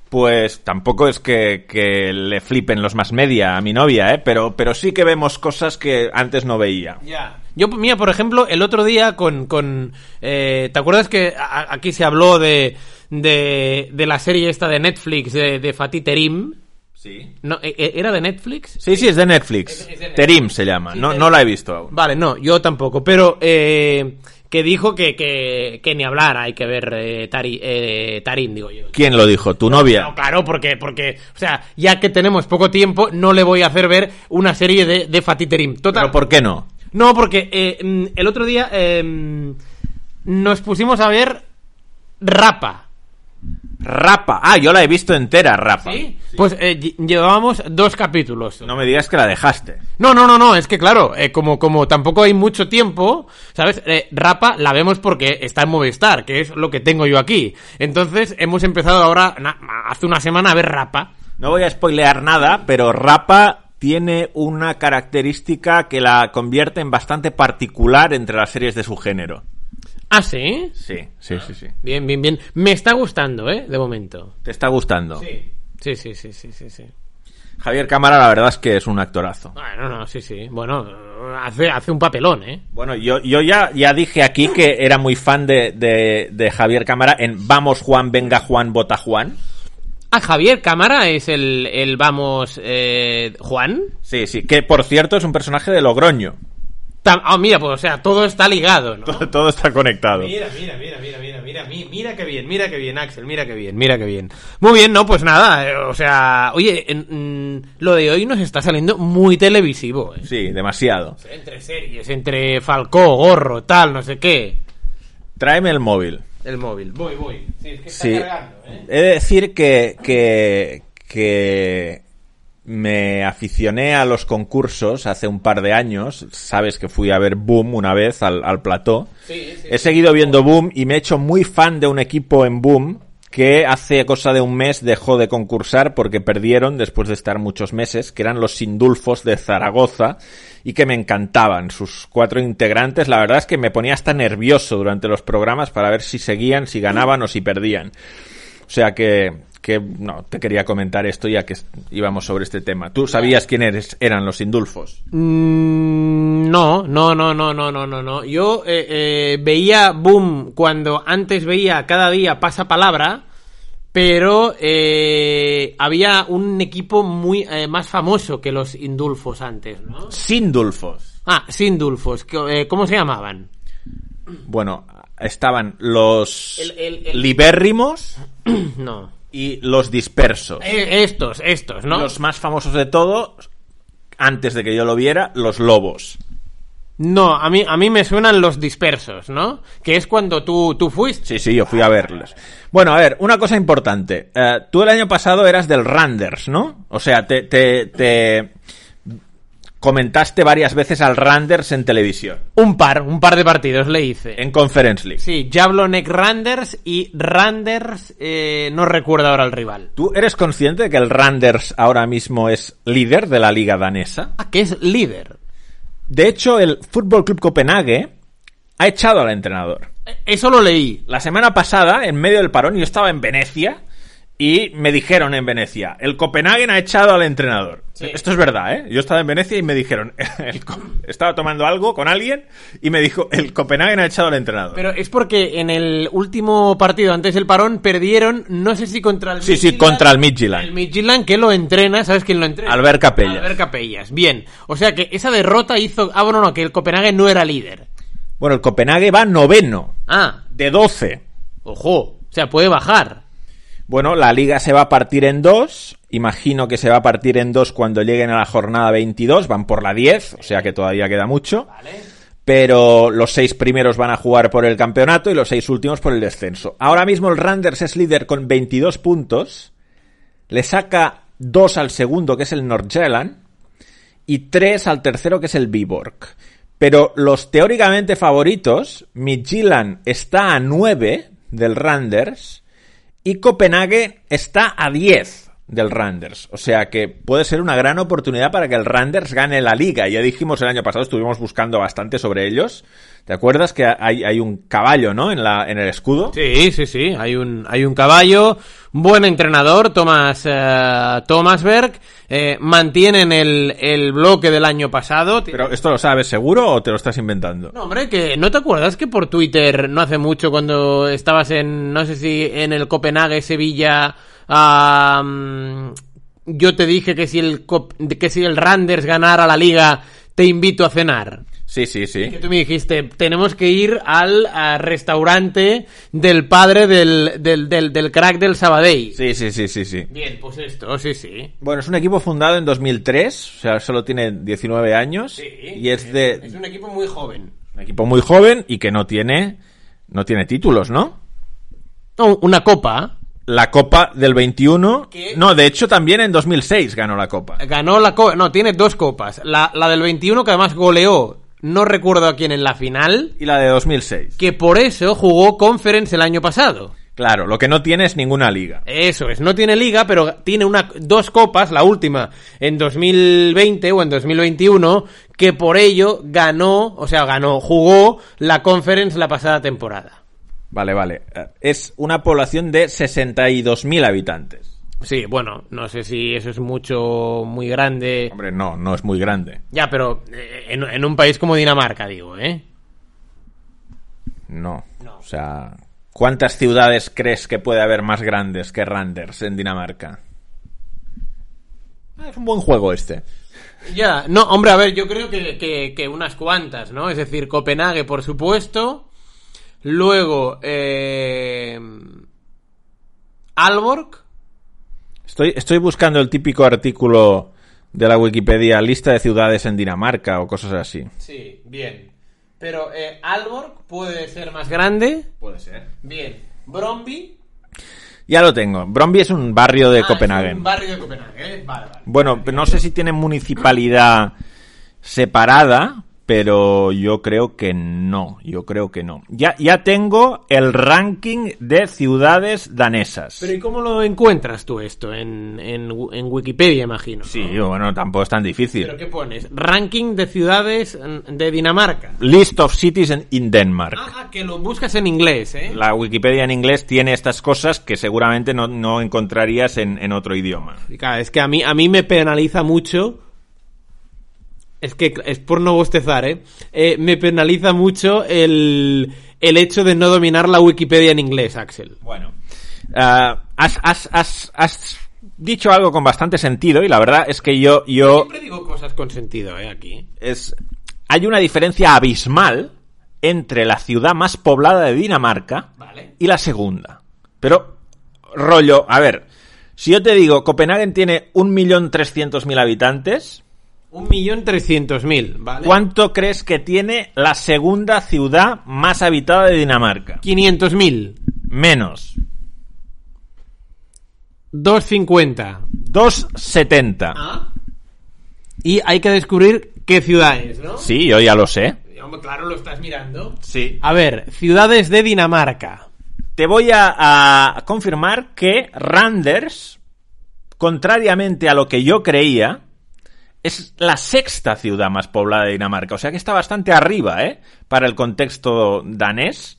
[SPEAKER 3] pues tampoco es que, que le flipen los más media a mi novia, ¿eh? Pero, pero sí que vemos cosas que antes no veía.
[SPEAKER 2] Ya. Yo, mira, por ejemplo, el otro día con... con eh, ¿Te acuerdas que a- aquí se habló de, de, de la serie esta de Netflix, de, de Fatih Terim?
[SPEAKER 3] Sí.
[SPEAKER 2] No, e- e- ¿Era de Netflix?
[SPEAKER 3] Sí, sí, es de Netflix.
[SPEAKER 2] Es de- es de Netflix.
[SPEAKER 3] Terim se llama.
[SPEAKER 2] Sí,
[SPEAKER 3] no,
[SPEAKER 2] Terim.
[SPEAKER 3] no la he visto aún.
[SPEAKER 2] Vale, no, yo tampoco, pero eh, que dijo que, que, que ni hablar, hay que ver eh, Tari- eh, Tarim, digo yo.
[SPEAKER 3] ¿Quién lo dijo? ¿Tu novia?
[SPEAKER 2] No, claro, porque, porque, o sea, ya que tenemos poco tiempo, no le voy a hacer ver una serie de, de Fatih Terim. Total.
[SPEAKER 3] ¿Pero por qué no?
[SPEAKER 2] No, porque eh, mm, el em, otro día eh, mm, nos pusimos a ver Rapa.
[SPEAKER 3] Rapa. Ah, yo la he visto entera, Rapa.
[SPEAKER 2] ¿Sí? Pues eh, lle- llevábamos dos capítulos.
[SPEAKER 3] No me digas que la dejaste.
[SPEAKER 2] No, no, no, no, es que claro, eh, como, como tampoco hay mucho tiempo, ¿sabes? Eh, Rapa la vemos porque está en Movistar, que es lo que tengo yo aquí. Entonces hemos empezado ahora, na- hace una semana, a ver Rapa.
[SPEAKER 3] No voy a spoilear nada, pero Rapa tiene una característica que la convierte en bastante particular entre las series de su género.
[SPEAKER 2] Ah, sí.
[SPEAKER 3] Sí, sí, sí, sí.
[SPEAKER 2] Bien, bien, bien. Me está gustando, ¿eh? De momento.
[SPEAKER 3] ¿Te está gustando?
[SPEAKER 2] Sí, sí, sí, sí, sí, sí.
[SPEAKER 3] Javier Cámara, la verdad es que es un actorazo.
[SPEAKER 2] Bueno, no, sí, sí. Bueno, hace, hace un papelón, ¿eh?
[SPEAKER 3] Bueno, yo, yo ya, ya dije aquí que era muy fan de, de- de Javier Cámara en Vamos Juan, venga Juan, vota Juan.
[SPEAKER 2] Ah, Javier Cámara es el, el vamos, eh, Juan.
[SPEAKER 3] Sí, sí, que por cierto es un personaje de Logroño.
[SPEAKER 2] Tam- Ah, mira, pues, o sea, todo está ligado, ¿no?
[SPEAKER 3] Todo, está conectado.
[SPEAKER 2] Mira, mira, mira, mira, mira, mira, mi- mira qué bien, mira qué bien, Axel, mira qué bien, mira qué bien. Muy bien, no, pues nada, eh, o sea, oye, en- mm, lo de hoy nos está saliendo muy televisivo, eh.
[SPEAKER 3] Sí, demasiado.
[SPEAKER 2] Entre series, entre Falcó, Gorro, tal, no sé qué.
[SPEAKER 3] Tráeme el móvil.
[SPEAKER 2] El móvil. Voy, voy. Sí, es que está
[SPEAKER 3] Sí.
[SPEAKER 2] cargando, ¿eh?
[SPEAKER 3] He de decir que, que, que me aficioné a los concursos hace un par de años. Sabes que fui a ver Boom una vez al, al plató.
[SPEAKER 2] Sí, sí,
[SPEAKER 3] He seguido viendo Boom y me he hecho muy fan de un equipo en Boom que hace cosa de un mes dejó de concursar porque perdieron después de estar muchos meses, que eran los Sindulfos de Zaragoza y que me encantaban. Sus cuatro integrantes, la verdad es que me ponía hasta nervioso durante los programas para ver si seguían, si ganaban o si perdían. O sea que, que no, te quería comentar esto ya que es- íbamos sobre este tema. ¿Tú sabías quién eres- eran los Sindulfos?
[SPEAKER 2] Mm, No, no, no, no, no, no, no, no. Yo eh, eh, veía Boom cuando antes veía cada día pasa palabra, pero eh, había un equipo muy eh, más famoso que los Indulfos antes, ¿no?
[SPEAKER 3] Sindulfos.
[SPEAKER 2] Ah, Sindulfos. que, eh, ¿Cómo se llamaban?
[SPEAKER 3] Bueno, estaban los
[SPEAKER 2] El- el- el-
[SPEAKER 3] libérrimos
[SPEAKER 2] no.
[SPEAKER 3] y los dispersos.
[SPEAKER 2] Eh, estos, estos, ¿no?
[SPEAKER 3] Los más famosos de todos, antes de que yo lo viera, los lobos.
[SPEAKER 2] No, a mí, a mí me suenan los dispersos, ¿no? Que es cuando tú, tú fuiste.
[SPEAKER 3] Sí, sí, yo fui a verlos. Bueno, a ver, una cosa importante. Eh, tú el año pasado eras del Randers, ¿no? O sea, te, te- te comentaste varias veces al Randers en televisión,
[SPEAKER 2] Un par, un par de partidos le hice.
[SPEAKER 3] en Conference League.
[SPEAKER 2] Sí, Jablonec Randers y Randers eh, no recuerdo ahora al rival.
[SPEAKER 3] ¿Tú eres consciente de que el Randers ahora mismo es líder de la liga danesa?
[SPEAKER 2] Ah, que es líder.
[SPEAKER 3] De hecho, el Fútbol Club Copenhague ha echado al entrenador.
[SPEAKER 2] Eh, Eso lo leí.
[SPEAKER 3] La semana pasada, en medio del parón, yo estaba en Venecia y me dijeron en Venecia, el Copenhagen ha echado al entrenador.
[SPEAKER 2] Sí.
[SPEAKER 3] Esto es verdad, ¿eh? Yo estaba en Venecia y me dijeron, el Co- estaba tomando algo con alguien y me dijo, el Copenhagen ha echado al entrenador.
[SPEAKER 2] Pero es porque en el último partido antes del parón perdieron, no sé si contra el
[SPEAKER 3] sí, sí,
[SPEAKER 2] Midtjylland-
[SPEAKER 3] contra el Midtjylland.
[SPEAKER 2] El Midtjylland que lo entrena, ¿sabes quién lo entrena?
[SPEAKER 3] Albert Capellas.
[SPEAKER 2] eh, Albert Capellas, bien. O sea que esa derrota hizo... Ah, bueno, no, que el Copenhague no era líder.
[SPEAKER 3] Bueno, el Copenhague va noveno,
[SPEAKER 2] Ah,
[SPEAKER 3] de 12.
[SPEAKER 2] ojo. O sea, puede bajar.
[SPEAKER 3] Bueno, la liga se va a partir en dos. Imagino que se va a partir en dos cuando lleguen a la jornada 22. Van por la 10, o sea que todavía queda mucho. Pero los seis primeros van a jugar por el campeonato y los seis últimos por el descenso. Ahora mismo el Randers es líder con 22 puntos. Le saca dos al segundo, que es el Nordjylland. Y tres al tercero, que es el Viborg. Pero los teóricamente favoritos, Midtjylland está a 9 del Randers y Copenhague está a 10 del Randers. O sea que puede ser una gran oportunidad para que el Randers gane la liga. Ya dijimos el año pasado, estuvimos buscando bastante sobre ellos. ¿Te acuerdas que hay, hay un caballo, ¿no? En, la, en el escudo.
[SPEAKER 2] Sí, sí, sí, hay un, hay un caballo, buen entrenador, Thomas, eh, Thomas Berg, eh, mantienen el, el bloque del año pasado.
[SPEAKER 3] Pero esto lo sabes seguro o te lo estás inventando.
[SPEAKER 2] No, hombre, que no te acuerdas que por Twitter no hace mucho cuando estabas en, no sé si en el Copenhague, Sevilla, ah, mm, yo te dije que si el, Cop- que si el Randers ganara la liga, te invito a cenar.
[SPEAKER 3] Sí, sí, sí.
[SPEAKER 2] Que tú me dijiste, tenemos que ir al a, restaurante del padre del, del, del, del crack del Sabadell.
[SPEAKER 3] Sí, sí, sí, sí, sí.
[SPEAKER 2] Bien, pues esto, sí, sí.
[SPEAKER 3] Bueno, es un equipo fundado en 2003, o sea, solo tiene 19 años y es de
[SPEAKER 2] Es un equipo muy joven.
[SPEAKER 3] un equipo muy joven y que no tiene no tiene títulos, ¿no?
[SPEAKER 2] No, una copa.
[SPEAKER 3] la Copa del 21.
[SPEAKER 2] ¿Qué?
[SPEAKER 3] No, de hecho también en 2006 ganó la Copa.
[SPEAKER 2] Ganó la copa, no, tiene dos copas. La, la del 21 que además goleó, no recuerdo a quién en la final,
[SPEAKER 3] Y la de 2006.
[SPEAKER 2] que por eso jugó Conference el año pasado.
[SPEAKER 3] Claro, lo que no tiene es ninguna liga.
[SPEAKER 2] Eso es, no tiene liga, pero tiene una, dos copas, la última en 2020 o en 2021, que por ello ganó, o sea, ganó, jugó la Conference la pasada temporada.
[SPEAKER 3] Vale, vale. Eh, Es una población de 62.000 habitantes.
[SPEAKER 2] Sí, bueno, no sé si eso es mucho, muy grande.
[SPEAKER 3] Hombre, no, no es muy grande.
[SPEAKER 2] Ya, pero eh, en, en un país como Dinamarca, digo, ¿eh?
[SPEAKER 3] No.
[SPEAKER 2] No.
[SPEAKER 3] O sea, ¿cuántas ciudades crees que puede haber más grandes que Randers en Dinamarca? Ah, Es un buen juego este.
[SPEAKER 2] Ya, no, hombre, a ver, yo creo que, que- que unas cuantas, ¿no? Es decir, Copenhague, por supuesto. Luego, eh, Alborg.
[SPEAKER 3] Estoy, estoy buscando el típico artículo de la Wikipedia, lista de ciudades en Dinamarca o cosas así.
[SPEAKER 2] Sí, bien. Pero eh, Alborg puede ser más grande.
[SPEAKER 3] Puede ser.
[SPEAKER 2] Bien. Bromby.
[SPEAKER 3] Ya lo tengo. Bromby es un barrio de
[SPEAKER 2] Ah,
[SPEAKER 3] Copenhague.
[SPEAKER 2] es un barrio de Copenhague, ¿eh? Vale, vale.
[SPEAKER 3] Bueno, no sé si tiene municipalidad separada, pero yo creo que no. Yo creo que no. Ya, ya tengo el ranking de ciudades danesas.
[SPEAKER 2] Pero ¿y cómo lo encuentras tú esto? En, en, Wi- en Wikipedia, imagino. ¿no?
[SPEAKER 3] Sí, bueno, tampoco es tan difícil.
[SPEAKER 2] ¿Pero qué pones? Ranking de ciudades mm, de Dinamarca.
[SPEAKER 3] List of cities in- in Denmark.
[SPEAKER 2] Ah, ah, que lo buscas en inglés, ¿eh?
[SPEAKER 3] La Wikipedia en inglés tiene estas cosas que seguramente no, no encontrarías en, en otro idioma.
[SPEAKER 2] Y claro, es que a mí, a mí me penaliza mucho. Es que es por no bostezar, ¿eh? Eh, me penaliza mucho el, el hecho de no dominar la Wikipedia en inglés, Axel.
[SPEAKER 3] Bueno, ah, has, has- has- has dicho algo con bastante sentido y la verdad es que yo, yo
[SPEAKER 2] Siempre digo cosas con sentido, ¿eh? Aquí.
[SPEAKER 3] es hay una diferencia abismal entre la ciudad más poblada de Dinamarca
[SPEAKER 2] Vale.
[SPEAKER 3] y la segunda. Pero rollo, a ver, si yo te digo Copenhague tiene 1.300.000 habitantes,
[SPEAKER 2] Un millón trescientos mil, ¿vale?
[SPEAKER 3] ¿cuánto crees que tiene la segunda ciudad más habitada de Dinamarca?
[SPEAKER 2] Quinientos mil.
[SPEAKER 3] Menos.
[SPEAKER 2] Dos cincuenta.
[SPEAKER 3] 270.
[SPEAKER 2] Ah. Y hay que descubrir qué ciudad es, ¿no?
[SPEAKER 3] Sí, yo ya lo sé.
[SPEAKER 2] Hombre, Claro, lo estás mirando.
[SPEAKER 3] Sí.
[SPEAKER 2] A ver, ciudades de Dinamarca.
[SPEAKER 3] Te voy a, a confirmar que Randers, contrariamente a lo que yo creía, es la sexta ciudad más poblada de Dinamarca. O sea que está bastante arriba, ¿eh? Para el contexto danés.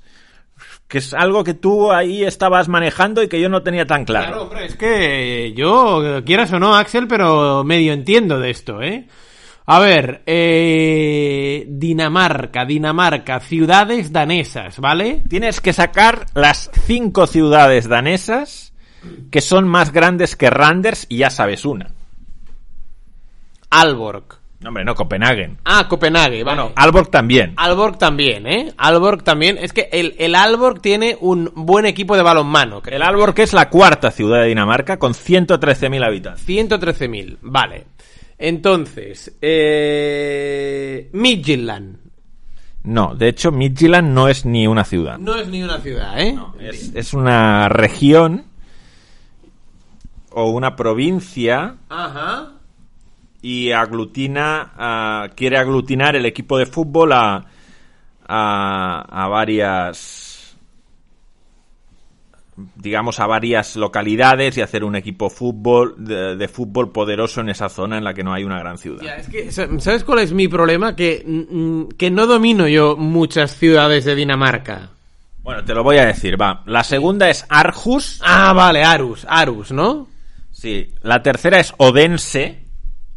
[SPEAKER 3] Que es algo que tú ahí estabas manejando y que yo no tenía tan
[SPEAKER 2] Claro,
[SPEAKER 3] claro.
[SPEAKER 2] hombre, es que yo, quieras o no, Axel, pero medio entiendo de esto, ¿eh? A ver, eh, Dinamarca, Dinamarca, ciudades danesas, ¿vale?
[SPEAKER 3] Tienes que sacar las cinco ciudades danesas que son más grandes que Randers y ya sabes una.
[SPEAKER 2] Alborg.
[SPEAKER 3] No, hombre, no, Copenhague.
[SPEAKER 2] Ah, Copenhague, bueno.
[SPEAKER 3] Alborg también.
[SPEAKER 2] Alborg también, ¿eh? Alborg también. Es que el, el Alborg tiene un buen equipo de balonmano, creo.
[SPEAKER 3] El Alborg es la cuarta ciudad de Dinamarca con 113.000 habitantes.
[SPEAKER 2] 113.000, vale. Entonces, eh... Midtjylland.
[SPEAKER 3] No, de hecho, Midtjylland no es ni una ciudad.
[SPEAKER 2] No es ni una ciudad, ¿eh?
[SPEAKER 3] Es, es una región o una provincia
[SPEAKER 2] Ajá.
[SPEAKER 3] y aglutina, ah, quiere aglutinar el equipo de fútbol a, a, a varias, digamos, a varias localidades y hacer un equipo fútbol de, de fútbol poderoso en esa zona en la que no hay una gran ciudad.
[SPEAKER 2] Ya, es que, sa- ¿sabes cuál es mi problema? Que, mm, que no domino yo muchas ciudades de Dinamarca.
[SPEAKER 3] Bueno, te lo voy a decir, va. La segunda es Arjus.
[SPEAKER 2] Ah, vale, Arus, Arus, ¿no?
[SPEAKER 3] Sí. La tercera es Odense,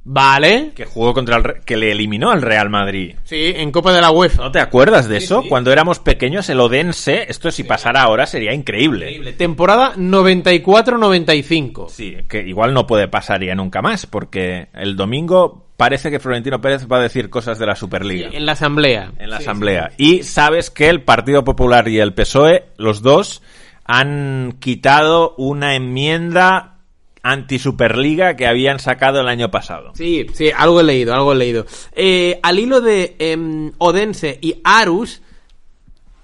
[SPEAKER 2] Vale.
[SPEAKER 3] que jugó contra el Re- que le eliminó al Real Madrid.
[SPEAKER 2] Sí, en Copa de la UEFA.
[SPEAKER 3] ¿No te acuerdas de eso?
[SPEAKER 2] sí.
[SPEAKER 3] Cuando éramos pequeños, el Odense, esto si pasara ahora sería increíble.
[SPEAKER 2] Increíble. Temporada 94-95.
[SPEAKER 3] Sí, que igual no puede pasar ya nunca más, porque el domingo parece que Florentino Pérez va a decir cosas de la Superliga.
[SPEAKER 2] En la asamblea.
[SPEAKER 3] en la asamblea. Y sabes que el Partido Popular y el PSOE, E, los dos, han quitado una enmienda anti-Superliga que habían sacado el año pasado.
[SPEAKER 2] Sí, sí, algo he leído, algo he leído. Eh, al hilo de em, Odense y Arus,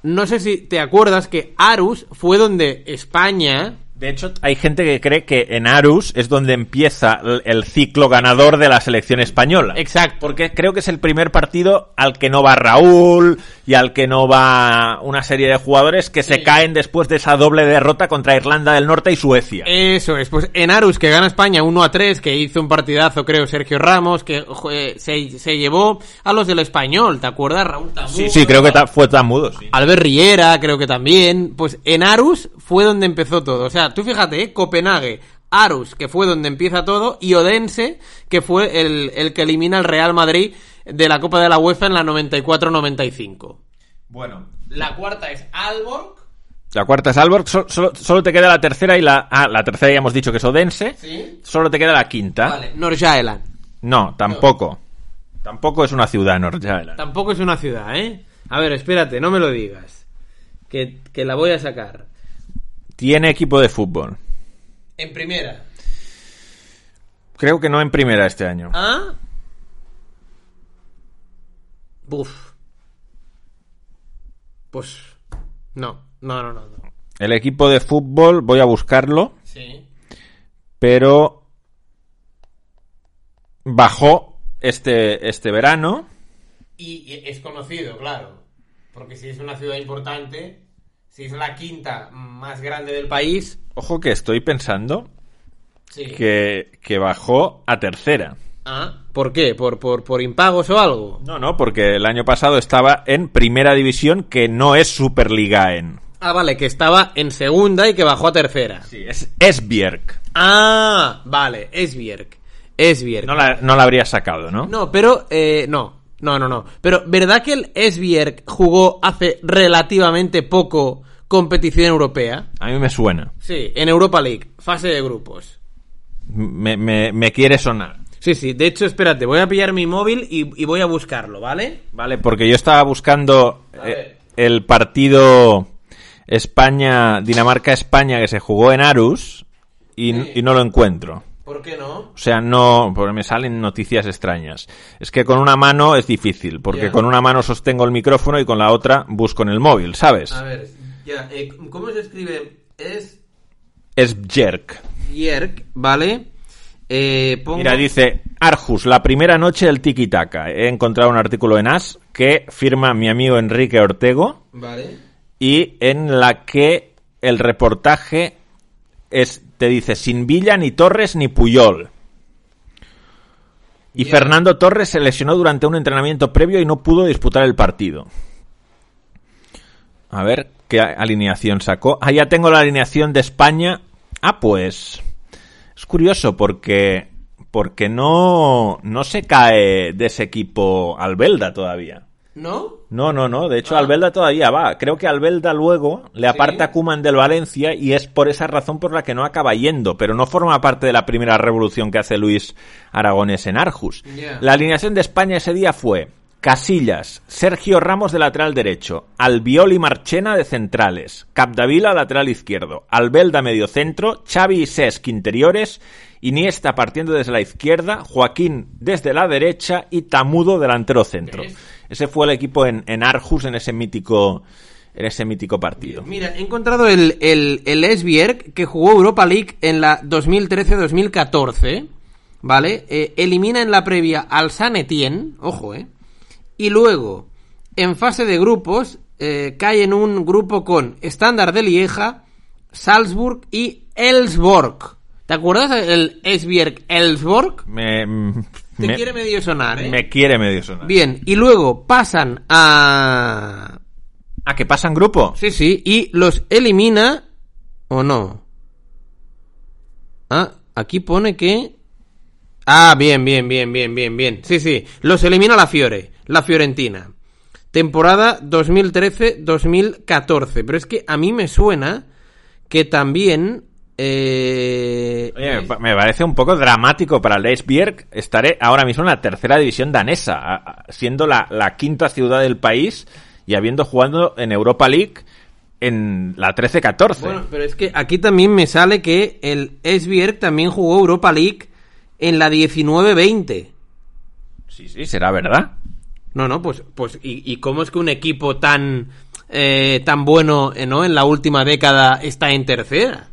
[SPEAKER 2] no sé si te acuerdas que Arus fue donde España
[SPEAKER 3] De hecho, hay gente que cree que en Arus es donde empieza el, el ciclo ganador de la selección española.
[SPEAKER 2] Exacto.
[SPEAKER 3] Porque creo que es el primer partido al que no va Raúl y al que no va una serie de jugadores que se
[SPEAKER 2] Sí.
[SPEAKER 3] caen después de esa doble derrota contra Irlanda del Norte y Suecia.
[SPEAKER 2] Eso es, pues en Arus que gana España 1 a 3, que hizo un partidazo, creo, Sergio Ramos, que jo, eh, se, se llevó a los del español, ¿te acuerdas, Raúl Tamur?
[SPEAKER 3] sí, sí, creo que ta- fue tan mudo. sí.
[SPEAKER 2] Albert Riera, creo que también. Pues en Arus fue donde empezó todo. O sea, tú fíjate, ¿eh? Copenhague, Arus, que fue donde empieza todo, y Odense, que fue el, el que elimina al Real Madrid de la Copa de la UEFA en la 94-95.
[SPEAKER 3] Bueno,
[SPEAKER 2] La cuarta es Alborg.
[SPEAKER 3] La cuarta es Alborg, so- solo, solo te queda la tercera y la... Ah, la tercera ya hemos dicho que es Odense.
[SPEAKER 2] Sí.
[SPEAKER 3] Solo te queda la quinta.
[SPEAKER 2] Vale, Norjaeland.
[SPEAKER 3] No, tampoco. Tampoco es una ciudad, Norjaeland.
[SPEAKER 2] Tampoco es una ciudad, ¿eh? A ver, espérate, no me lo digas. Que, que la voy a sacar.
[SPEAKER 3] Tiene equipo de fútbol.
[SPEAKER 2] En primera.
[SPEAKER 3] Creo que no en primera este año.
[SPEAKER 2] ¿Ah? Buf. Pues. No, no, no, no. no.
[SPEAKER 3] El equipo de fútbol, voy a buscarlo,
[SPEAKER 2] Sí.
[SPEAKER 3] pero bajó este, este verano.
[SPEAKER 2] Y, y es conocido, claro. Porque si es una ciudad importante, si es la quinta más grande del país.
[SPEAKER 3] Ojo que estoy pensando
[SPEAKER 2] Sí.
[SPEAKER 3] que, que bajó a tercera.
[SPEAKER 2] Ah, ¿Por qué? ¿Por, por, ¿Por impagos o algo?
[SPEAKER 3] No, no, porque el año pasado estaba en primera división, que no es Superliga en.
[SPEAKER 2] Ah, vale, que estaba en segunda y que bajó a tercera.
[SPEAKER 3] Sí, es Esbjerg.
[SPEAKER 2] Ah, vale, Esbjerg. Esbjerg.
[SPEAKER 3] No la, no la habría sacado, ¿no?
[SPEAKER 2] No, pero eh, no, no, no, no. Pero ¿verdad que el Esbjerg jugó hace relativamente poco competición europea?
[SPEAKER 3] A mí me suena.
[SPEAKER 2] Sí, en Europa League, fase de grupos.
[SPEAKER 3] Me, me- me quiere sonar.
[SPEAKER 2] Sí, sí, de hecho, espérate, voy a pillar mi móvil y, y voy a buscarlo, ¿vale?
[SPEAKER 3] Vale, porque yo estaba buscando
[SPEAKER 2] A
[SPEAKER 3] eh,
[SPEAKER 2] ver.
[SPEAKER 3] el partido España, Dinamarca-España que se jugó en Arus y,
[SPEAKER 2] Sí.
[SPEAKER 3] y no lo encuentro.
[SPEAKER 2] ¿Por qué no?
[SPEAKER 3] O sea, no, porque me salen noticias extrañas. Es que con una mano es difícil, porque
[SPEAKER 2] Ya.
[SPEAKER 3] con una mano sostengo el micrófono y con la otra busco en el móvil, ¿sabes?
[SPEAKER 2] ver, ya, eh, ¿cómo se escribe? Es
[SPEAKER 3] Es jerk.
[SPEAKER 2] Esbjerg, ¿vale? Eh, pongo...
[SPEAKER 3] Mira, dice Arjus, la primera noche del tiki-taka. He encontrado un artículo en As que firma mi amigo Enrique Ortego.
[SPEAKER 2] Vale.
[SPEAKER 3] y en la que el reportaje es, te dice sin Villa, ni Torres, ni Puyol. Y
[SPEAKER 2] Ya.
[SPEAKER 3] Fernando Torres se lesionó durante un entrenamiento previo y no pudo disputar el partido. A ver qué alineación sacó. Ah, ya tengo la alineación de España. Ah, pues. Es curioso porque. Porque no. No se cae de ese equipo al Belda todavía.
[SPEAKER 2] ¿No?
[SPEAKER 3] No, no, no. De hecho,
[SPEAKER 2] Ah.
[SPEAKER 3] Albelda todavía va. Creo que Albelda luego le aparta a Kuman del Valencia y es por esa razón por la que no acaba yendo, pero no forma parte de la primera revolución que hace Luis Aragonés en Arjus.
[SPEAKER 2] Ya.
[SPEAKER 3] La alineación de España ese día fue Casillas, Sergio Ramos de lateral derecho, Albiol y Marchena de centrales, Capdavila lateral izquierdo, Albelda medio centro, Xavi y Sesc interiores, Iniesta partiendo desde la izquierda, Joaquín desde la derecha y Tamudo delantero centro.
[SPEAKER 2] ¿Ves?
[SPEAKER 3] Ese fue el equipo en, en Arjus en ese mítico en ese mítico partido.
[SPEAKER 2] Mira, he encontrado el, el, el Esbjerg que jugó Europa League en la 2013-2014, ¿vale? Eh, elimina en la previa al San Etienne, ojo, ¿eh? Y luego, en fase de grupos, eh, cae en un grupo con Estándar de Lieja, Salzburg y Elsborg. ¿Te acuerdas del Esbjerg Elsborg?
[SPEAKER 3] Me, mm,
[SPEAKER 2] Te
[SPEAKER 3] me-
[SPEAKER 2] quiere medio sonar, ¿eh?
[SPEAKER 3] me quiere medio sonar.
[SPEAKER 2] Bien, y luego pasan a...
[SPEAKER 3] ¿A Ah, que pasan grupo?
[SPEAKER 2] Sí, sí, y los elimina o no. Ah, aquí pone que... Ah, bien, bien, bien, bien, bien, bien. Sí, sí, los elimina la Fiore, la Fiorentina. Temporada 2013-2014. Pero es que a mí me suena que también... Eh...
[SPEAKER 3] Oye, me pa- me parece un poco dramático para el Esbjerg. Estaré eh, ahora mismo en la tercera división danesa, a- a- siendo la, la quinta ciudad del país y habiendo jugado en Europa League en la 13-14.
[SPEAKER 2] Bueno, pero es que aquí también me sale que el Esbjerg también jugó Europa League en la 19-20.
[SPEAKER 3] sí, sí, será verdad.
[SPEAKER 2] No, no, pues, pues ¿y, y cómo es que un equipo tan, eh, tan bueno eh, ¿no? en la última década está en tercera?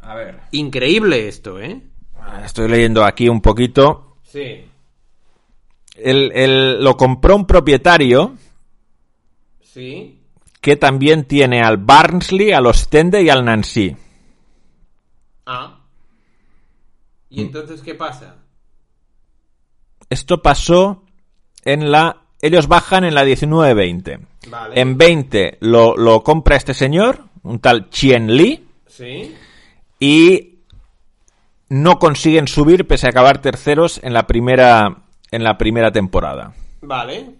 [SPEAKER 3] A ver.
[SPEAKER 2] Increíble esto, ¿eh?
[SPEAKER 3] Ah, Estoy leyendo aquí un poquito.
[SPEAKER 2] Sí.
[SPEAKER 3] El- el- lo compró un propietario
[SPEAKER 2] Sí.
[SPEAKER 3] que también tiene al Barnsley, al Ostende y al Nancy.
[SPEAKER 2] Ah. ¿Y entonces qué pasa?
[SPEAKER 3] Esto pasó en la... Ellos bajan en la 19-20.
[SPEAKER 2] Vale.
[SPEAKER 3] En 20 lo, lo compra este señor, un tal Chien Li,
[SPEAKER 2] Sí.
[SPEAKER 3] y no consiguen subir pese a acabar terceros en la primera, en la primera temporada.
[SPEAKER 2] Vale.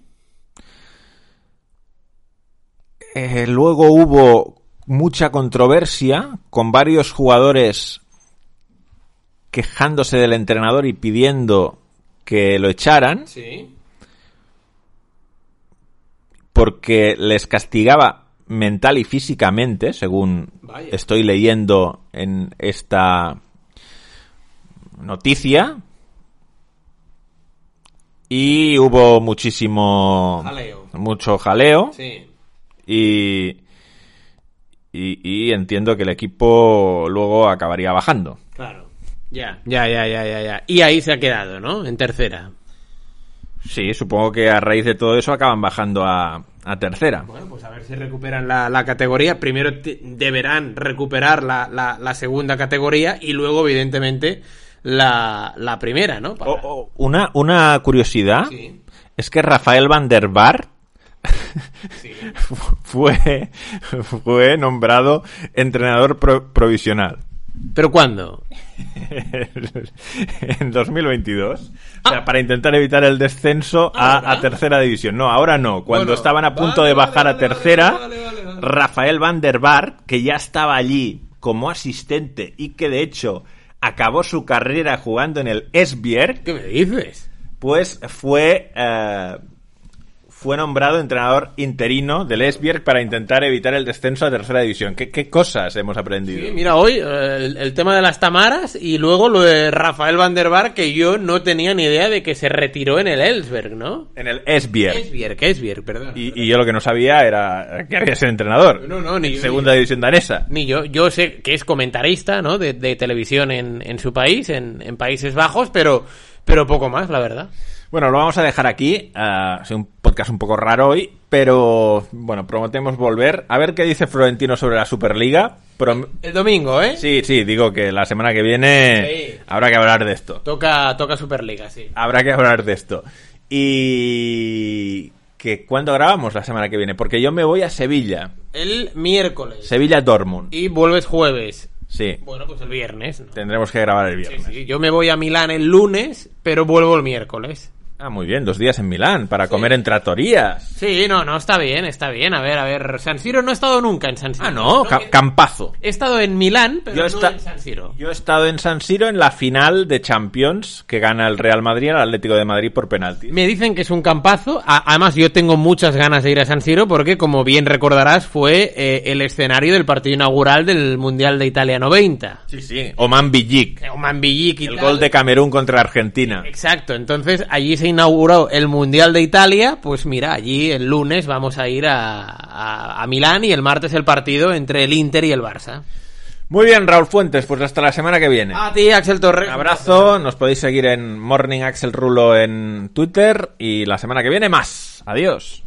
[SPEAKER 3] Eh, luego hubo mucha controversia con varios jugadores quejándose del entrenador y pidiendo que lo echaran
[SPEAKER 2] Sí.
[SPEAKER 3] porque les castigaba mental y físicamente, según
[SPEAKER 2] Vaya.
[SPEAKER 3] estoy leyendo en esta noticia. Y hubo muchísimo...
[SPEAKER 2] Jaleo.
[SPEAKER 3] Mucho jaleo.
[SPEAKER 2] Sí.
[SPEAKER 3] Y, y, y entiendo que el equipo luego acabaría bajando.
[SPEAKER 2] Claro. Ya. Ya, ya, ya, ya, ya. Y ahí se ha quedado, ¿no? En tercera.
[SPEAKER 3] Sí, supongo que a raíz de todo eso acaban bajando a, a tercera.
[SPEAKER 2] Bueno, pues a ver si recuperan la, la categoría. Primero te- deberán recuperar la, la- la segunda categoría y luego, evidentemente, la, la primera, ¿no? Para-
[SPEAKER 3] Oh, oh, una, una curiosidad
[SPEAKER 2] Sí,
[SPEAKER 3] es que Rafael van der Bar
[SPEAKER 2] sí.
[SPEAKER 3] fue, fue nombrado entrenador pro- provisional
[SPEAKER 2] ¿Pero cuándo?
[SPEAKER 3] en 2022 o sea,
[SPEAKER 2] Ah.
[SPEAKER 3] para intentar evitar el descenso a,
[SPEAKER 2] Ahora.
[SPEAKER 3] a tercera división. No, ahora no. Cuando
[SPEAKER 2] Bueno,
[SPEAKER 3] estaban a punto
[SPEAKER 2] vale,
[SPEAKER 3] de
[SPEAKER 2] vale,
[SPEAKER 3] bajar a
[SPEAKER 2] vale, vale,
[SPEAKER 3] tercera,
[SPEAKER 2] vale, vale, vale.
[SPEAKER 3] Rafael van der Bar, que ya estaba allí como asistente y que de hecho acabó su carrera jugando en el Esbjerg,
[SPEAKER 2] ¿Qué me dices?
[SPEAKER 3] pues fue eh, fue nombrado entrenador interino del Esbjerg para intentar evitar el descenso a tercera división. ¿Qué, qué cosas hemos aprendido?
[SPEAKER 2] Sí, mira, hoy eh, el, el tema de las Tamaras y luego lo de Rafael Van der Bar, que yo no tenía ni idea de que se retiró en el Ellsberg, ¿no?
[SPEAKER 3] En el Esbjerg.
[SPEAKER 2] Esbjerg, Esbjerg, perdón.
[SPEAKER 3] Y, y yo lo que no sabía era que había sido entrenador.
[SPEAKER 2] No, no, ni yo, ni
[SPEAKER 3] Segunda división danesa.
[SPEAKER 2] Ni yo, yo sé que es comentarista, ¿no? De, de televisión en, en su país, en, en Países Bajos, pero, pero poco más, la verdad.
[SPEAKER 3] Bueno, lo vamos a dejar aquí. ah, es un podcast un poco raro hoy, pero bueno, prometemos volver. A ver qué dice Florentino sobre la Superliga. Prom-
[SPEAKER 2] El domingo, ¿eh?
[SPEAKER 3] sí, sí, digo que la semana que viene
[SPEAKER 2] Sí.
[SPEAKER 3] habrá que hablar de esto.
[SPEAKER 2] Toca, toca Superliga, sí.
[SPEAKER 3] Habrá que hablar de esto. Y que cuándo grabamos la semana que viene, porque yo me voy a Sevilla.
[SPEAKER 2] El miércoles.
[SPEAKER 3] Sevilla Dortmund.
[SPEAKER 2] Y vuelves jueves.
[SPEAKER 3] Sí,
[SPEAKER 2] Bueno, pues el viernes, ¿no?
[SPEAKER 3] tendremos que grabar el
[SPEAKER 2] Sí,
[SPEAKER 3] viernes.
[SPEAKER 2] sí. Yo me voy a Milán el lunes, pero vuelvo el miércoles.
[SPEAKER 3] Ah, muy bien, dos días en Milán para comer en tratorías.
[SPEAKER 2] Sí, no, no, está bien, está bien. A ver, a ver. San Siro no he estado nunca en San Siro.
[SPEAKER 3] Ah, no, ca-
[SPEAKER 2] he,
[SPEAKER 3] campazo.
[SPEAKER 2] he estado en Milán, pero
[SPEAKER 3] Yo
[SPEAKER 2] no
[SPEAKER 3] esta-
[SPEAKER 2] en San Siro.
[SPEAKER 3] Yo he estado en San Siro en la final de Champions que gana el Real Madrid al Atlético de Madrid por penalti.
[SPEAKER 2] Me dicen que es un campazo. A- Además, yo tengo muchas ganas de ir a San Siro porque, como bien recordarás, fue eh, el escenario del partido inaugural del Mundial de Italia 90.
[SPEAKER 3] Sí, sí. Oman Villic,
[SPEAKER 2] Oman Villic y
[SPEAKER 3] el
[SPEAKER 2] tal.
[SPEAKER 3] gol de Camerún contra Argentina.
[SPEAKER 2] Exacto, entonces allí se inauguró el Mundial de Italia, pues mira, allí el lunes vamos a ir a, a- a Milán y el martes el partido entre el Inter y el Barça.
[SPEAKER 3] Muy bien, Raúl Fuentes, pues hasta la semana que viene.
[SPEAKER 2] A ti, Axel Torres.
[SPEAKER 3] Un abrazo, nos podéis seguir en Morning Axel Rulo en Twitter y la semana que viene más. Adiós.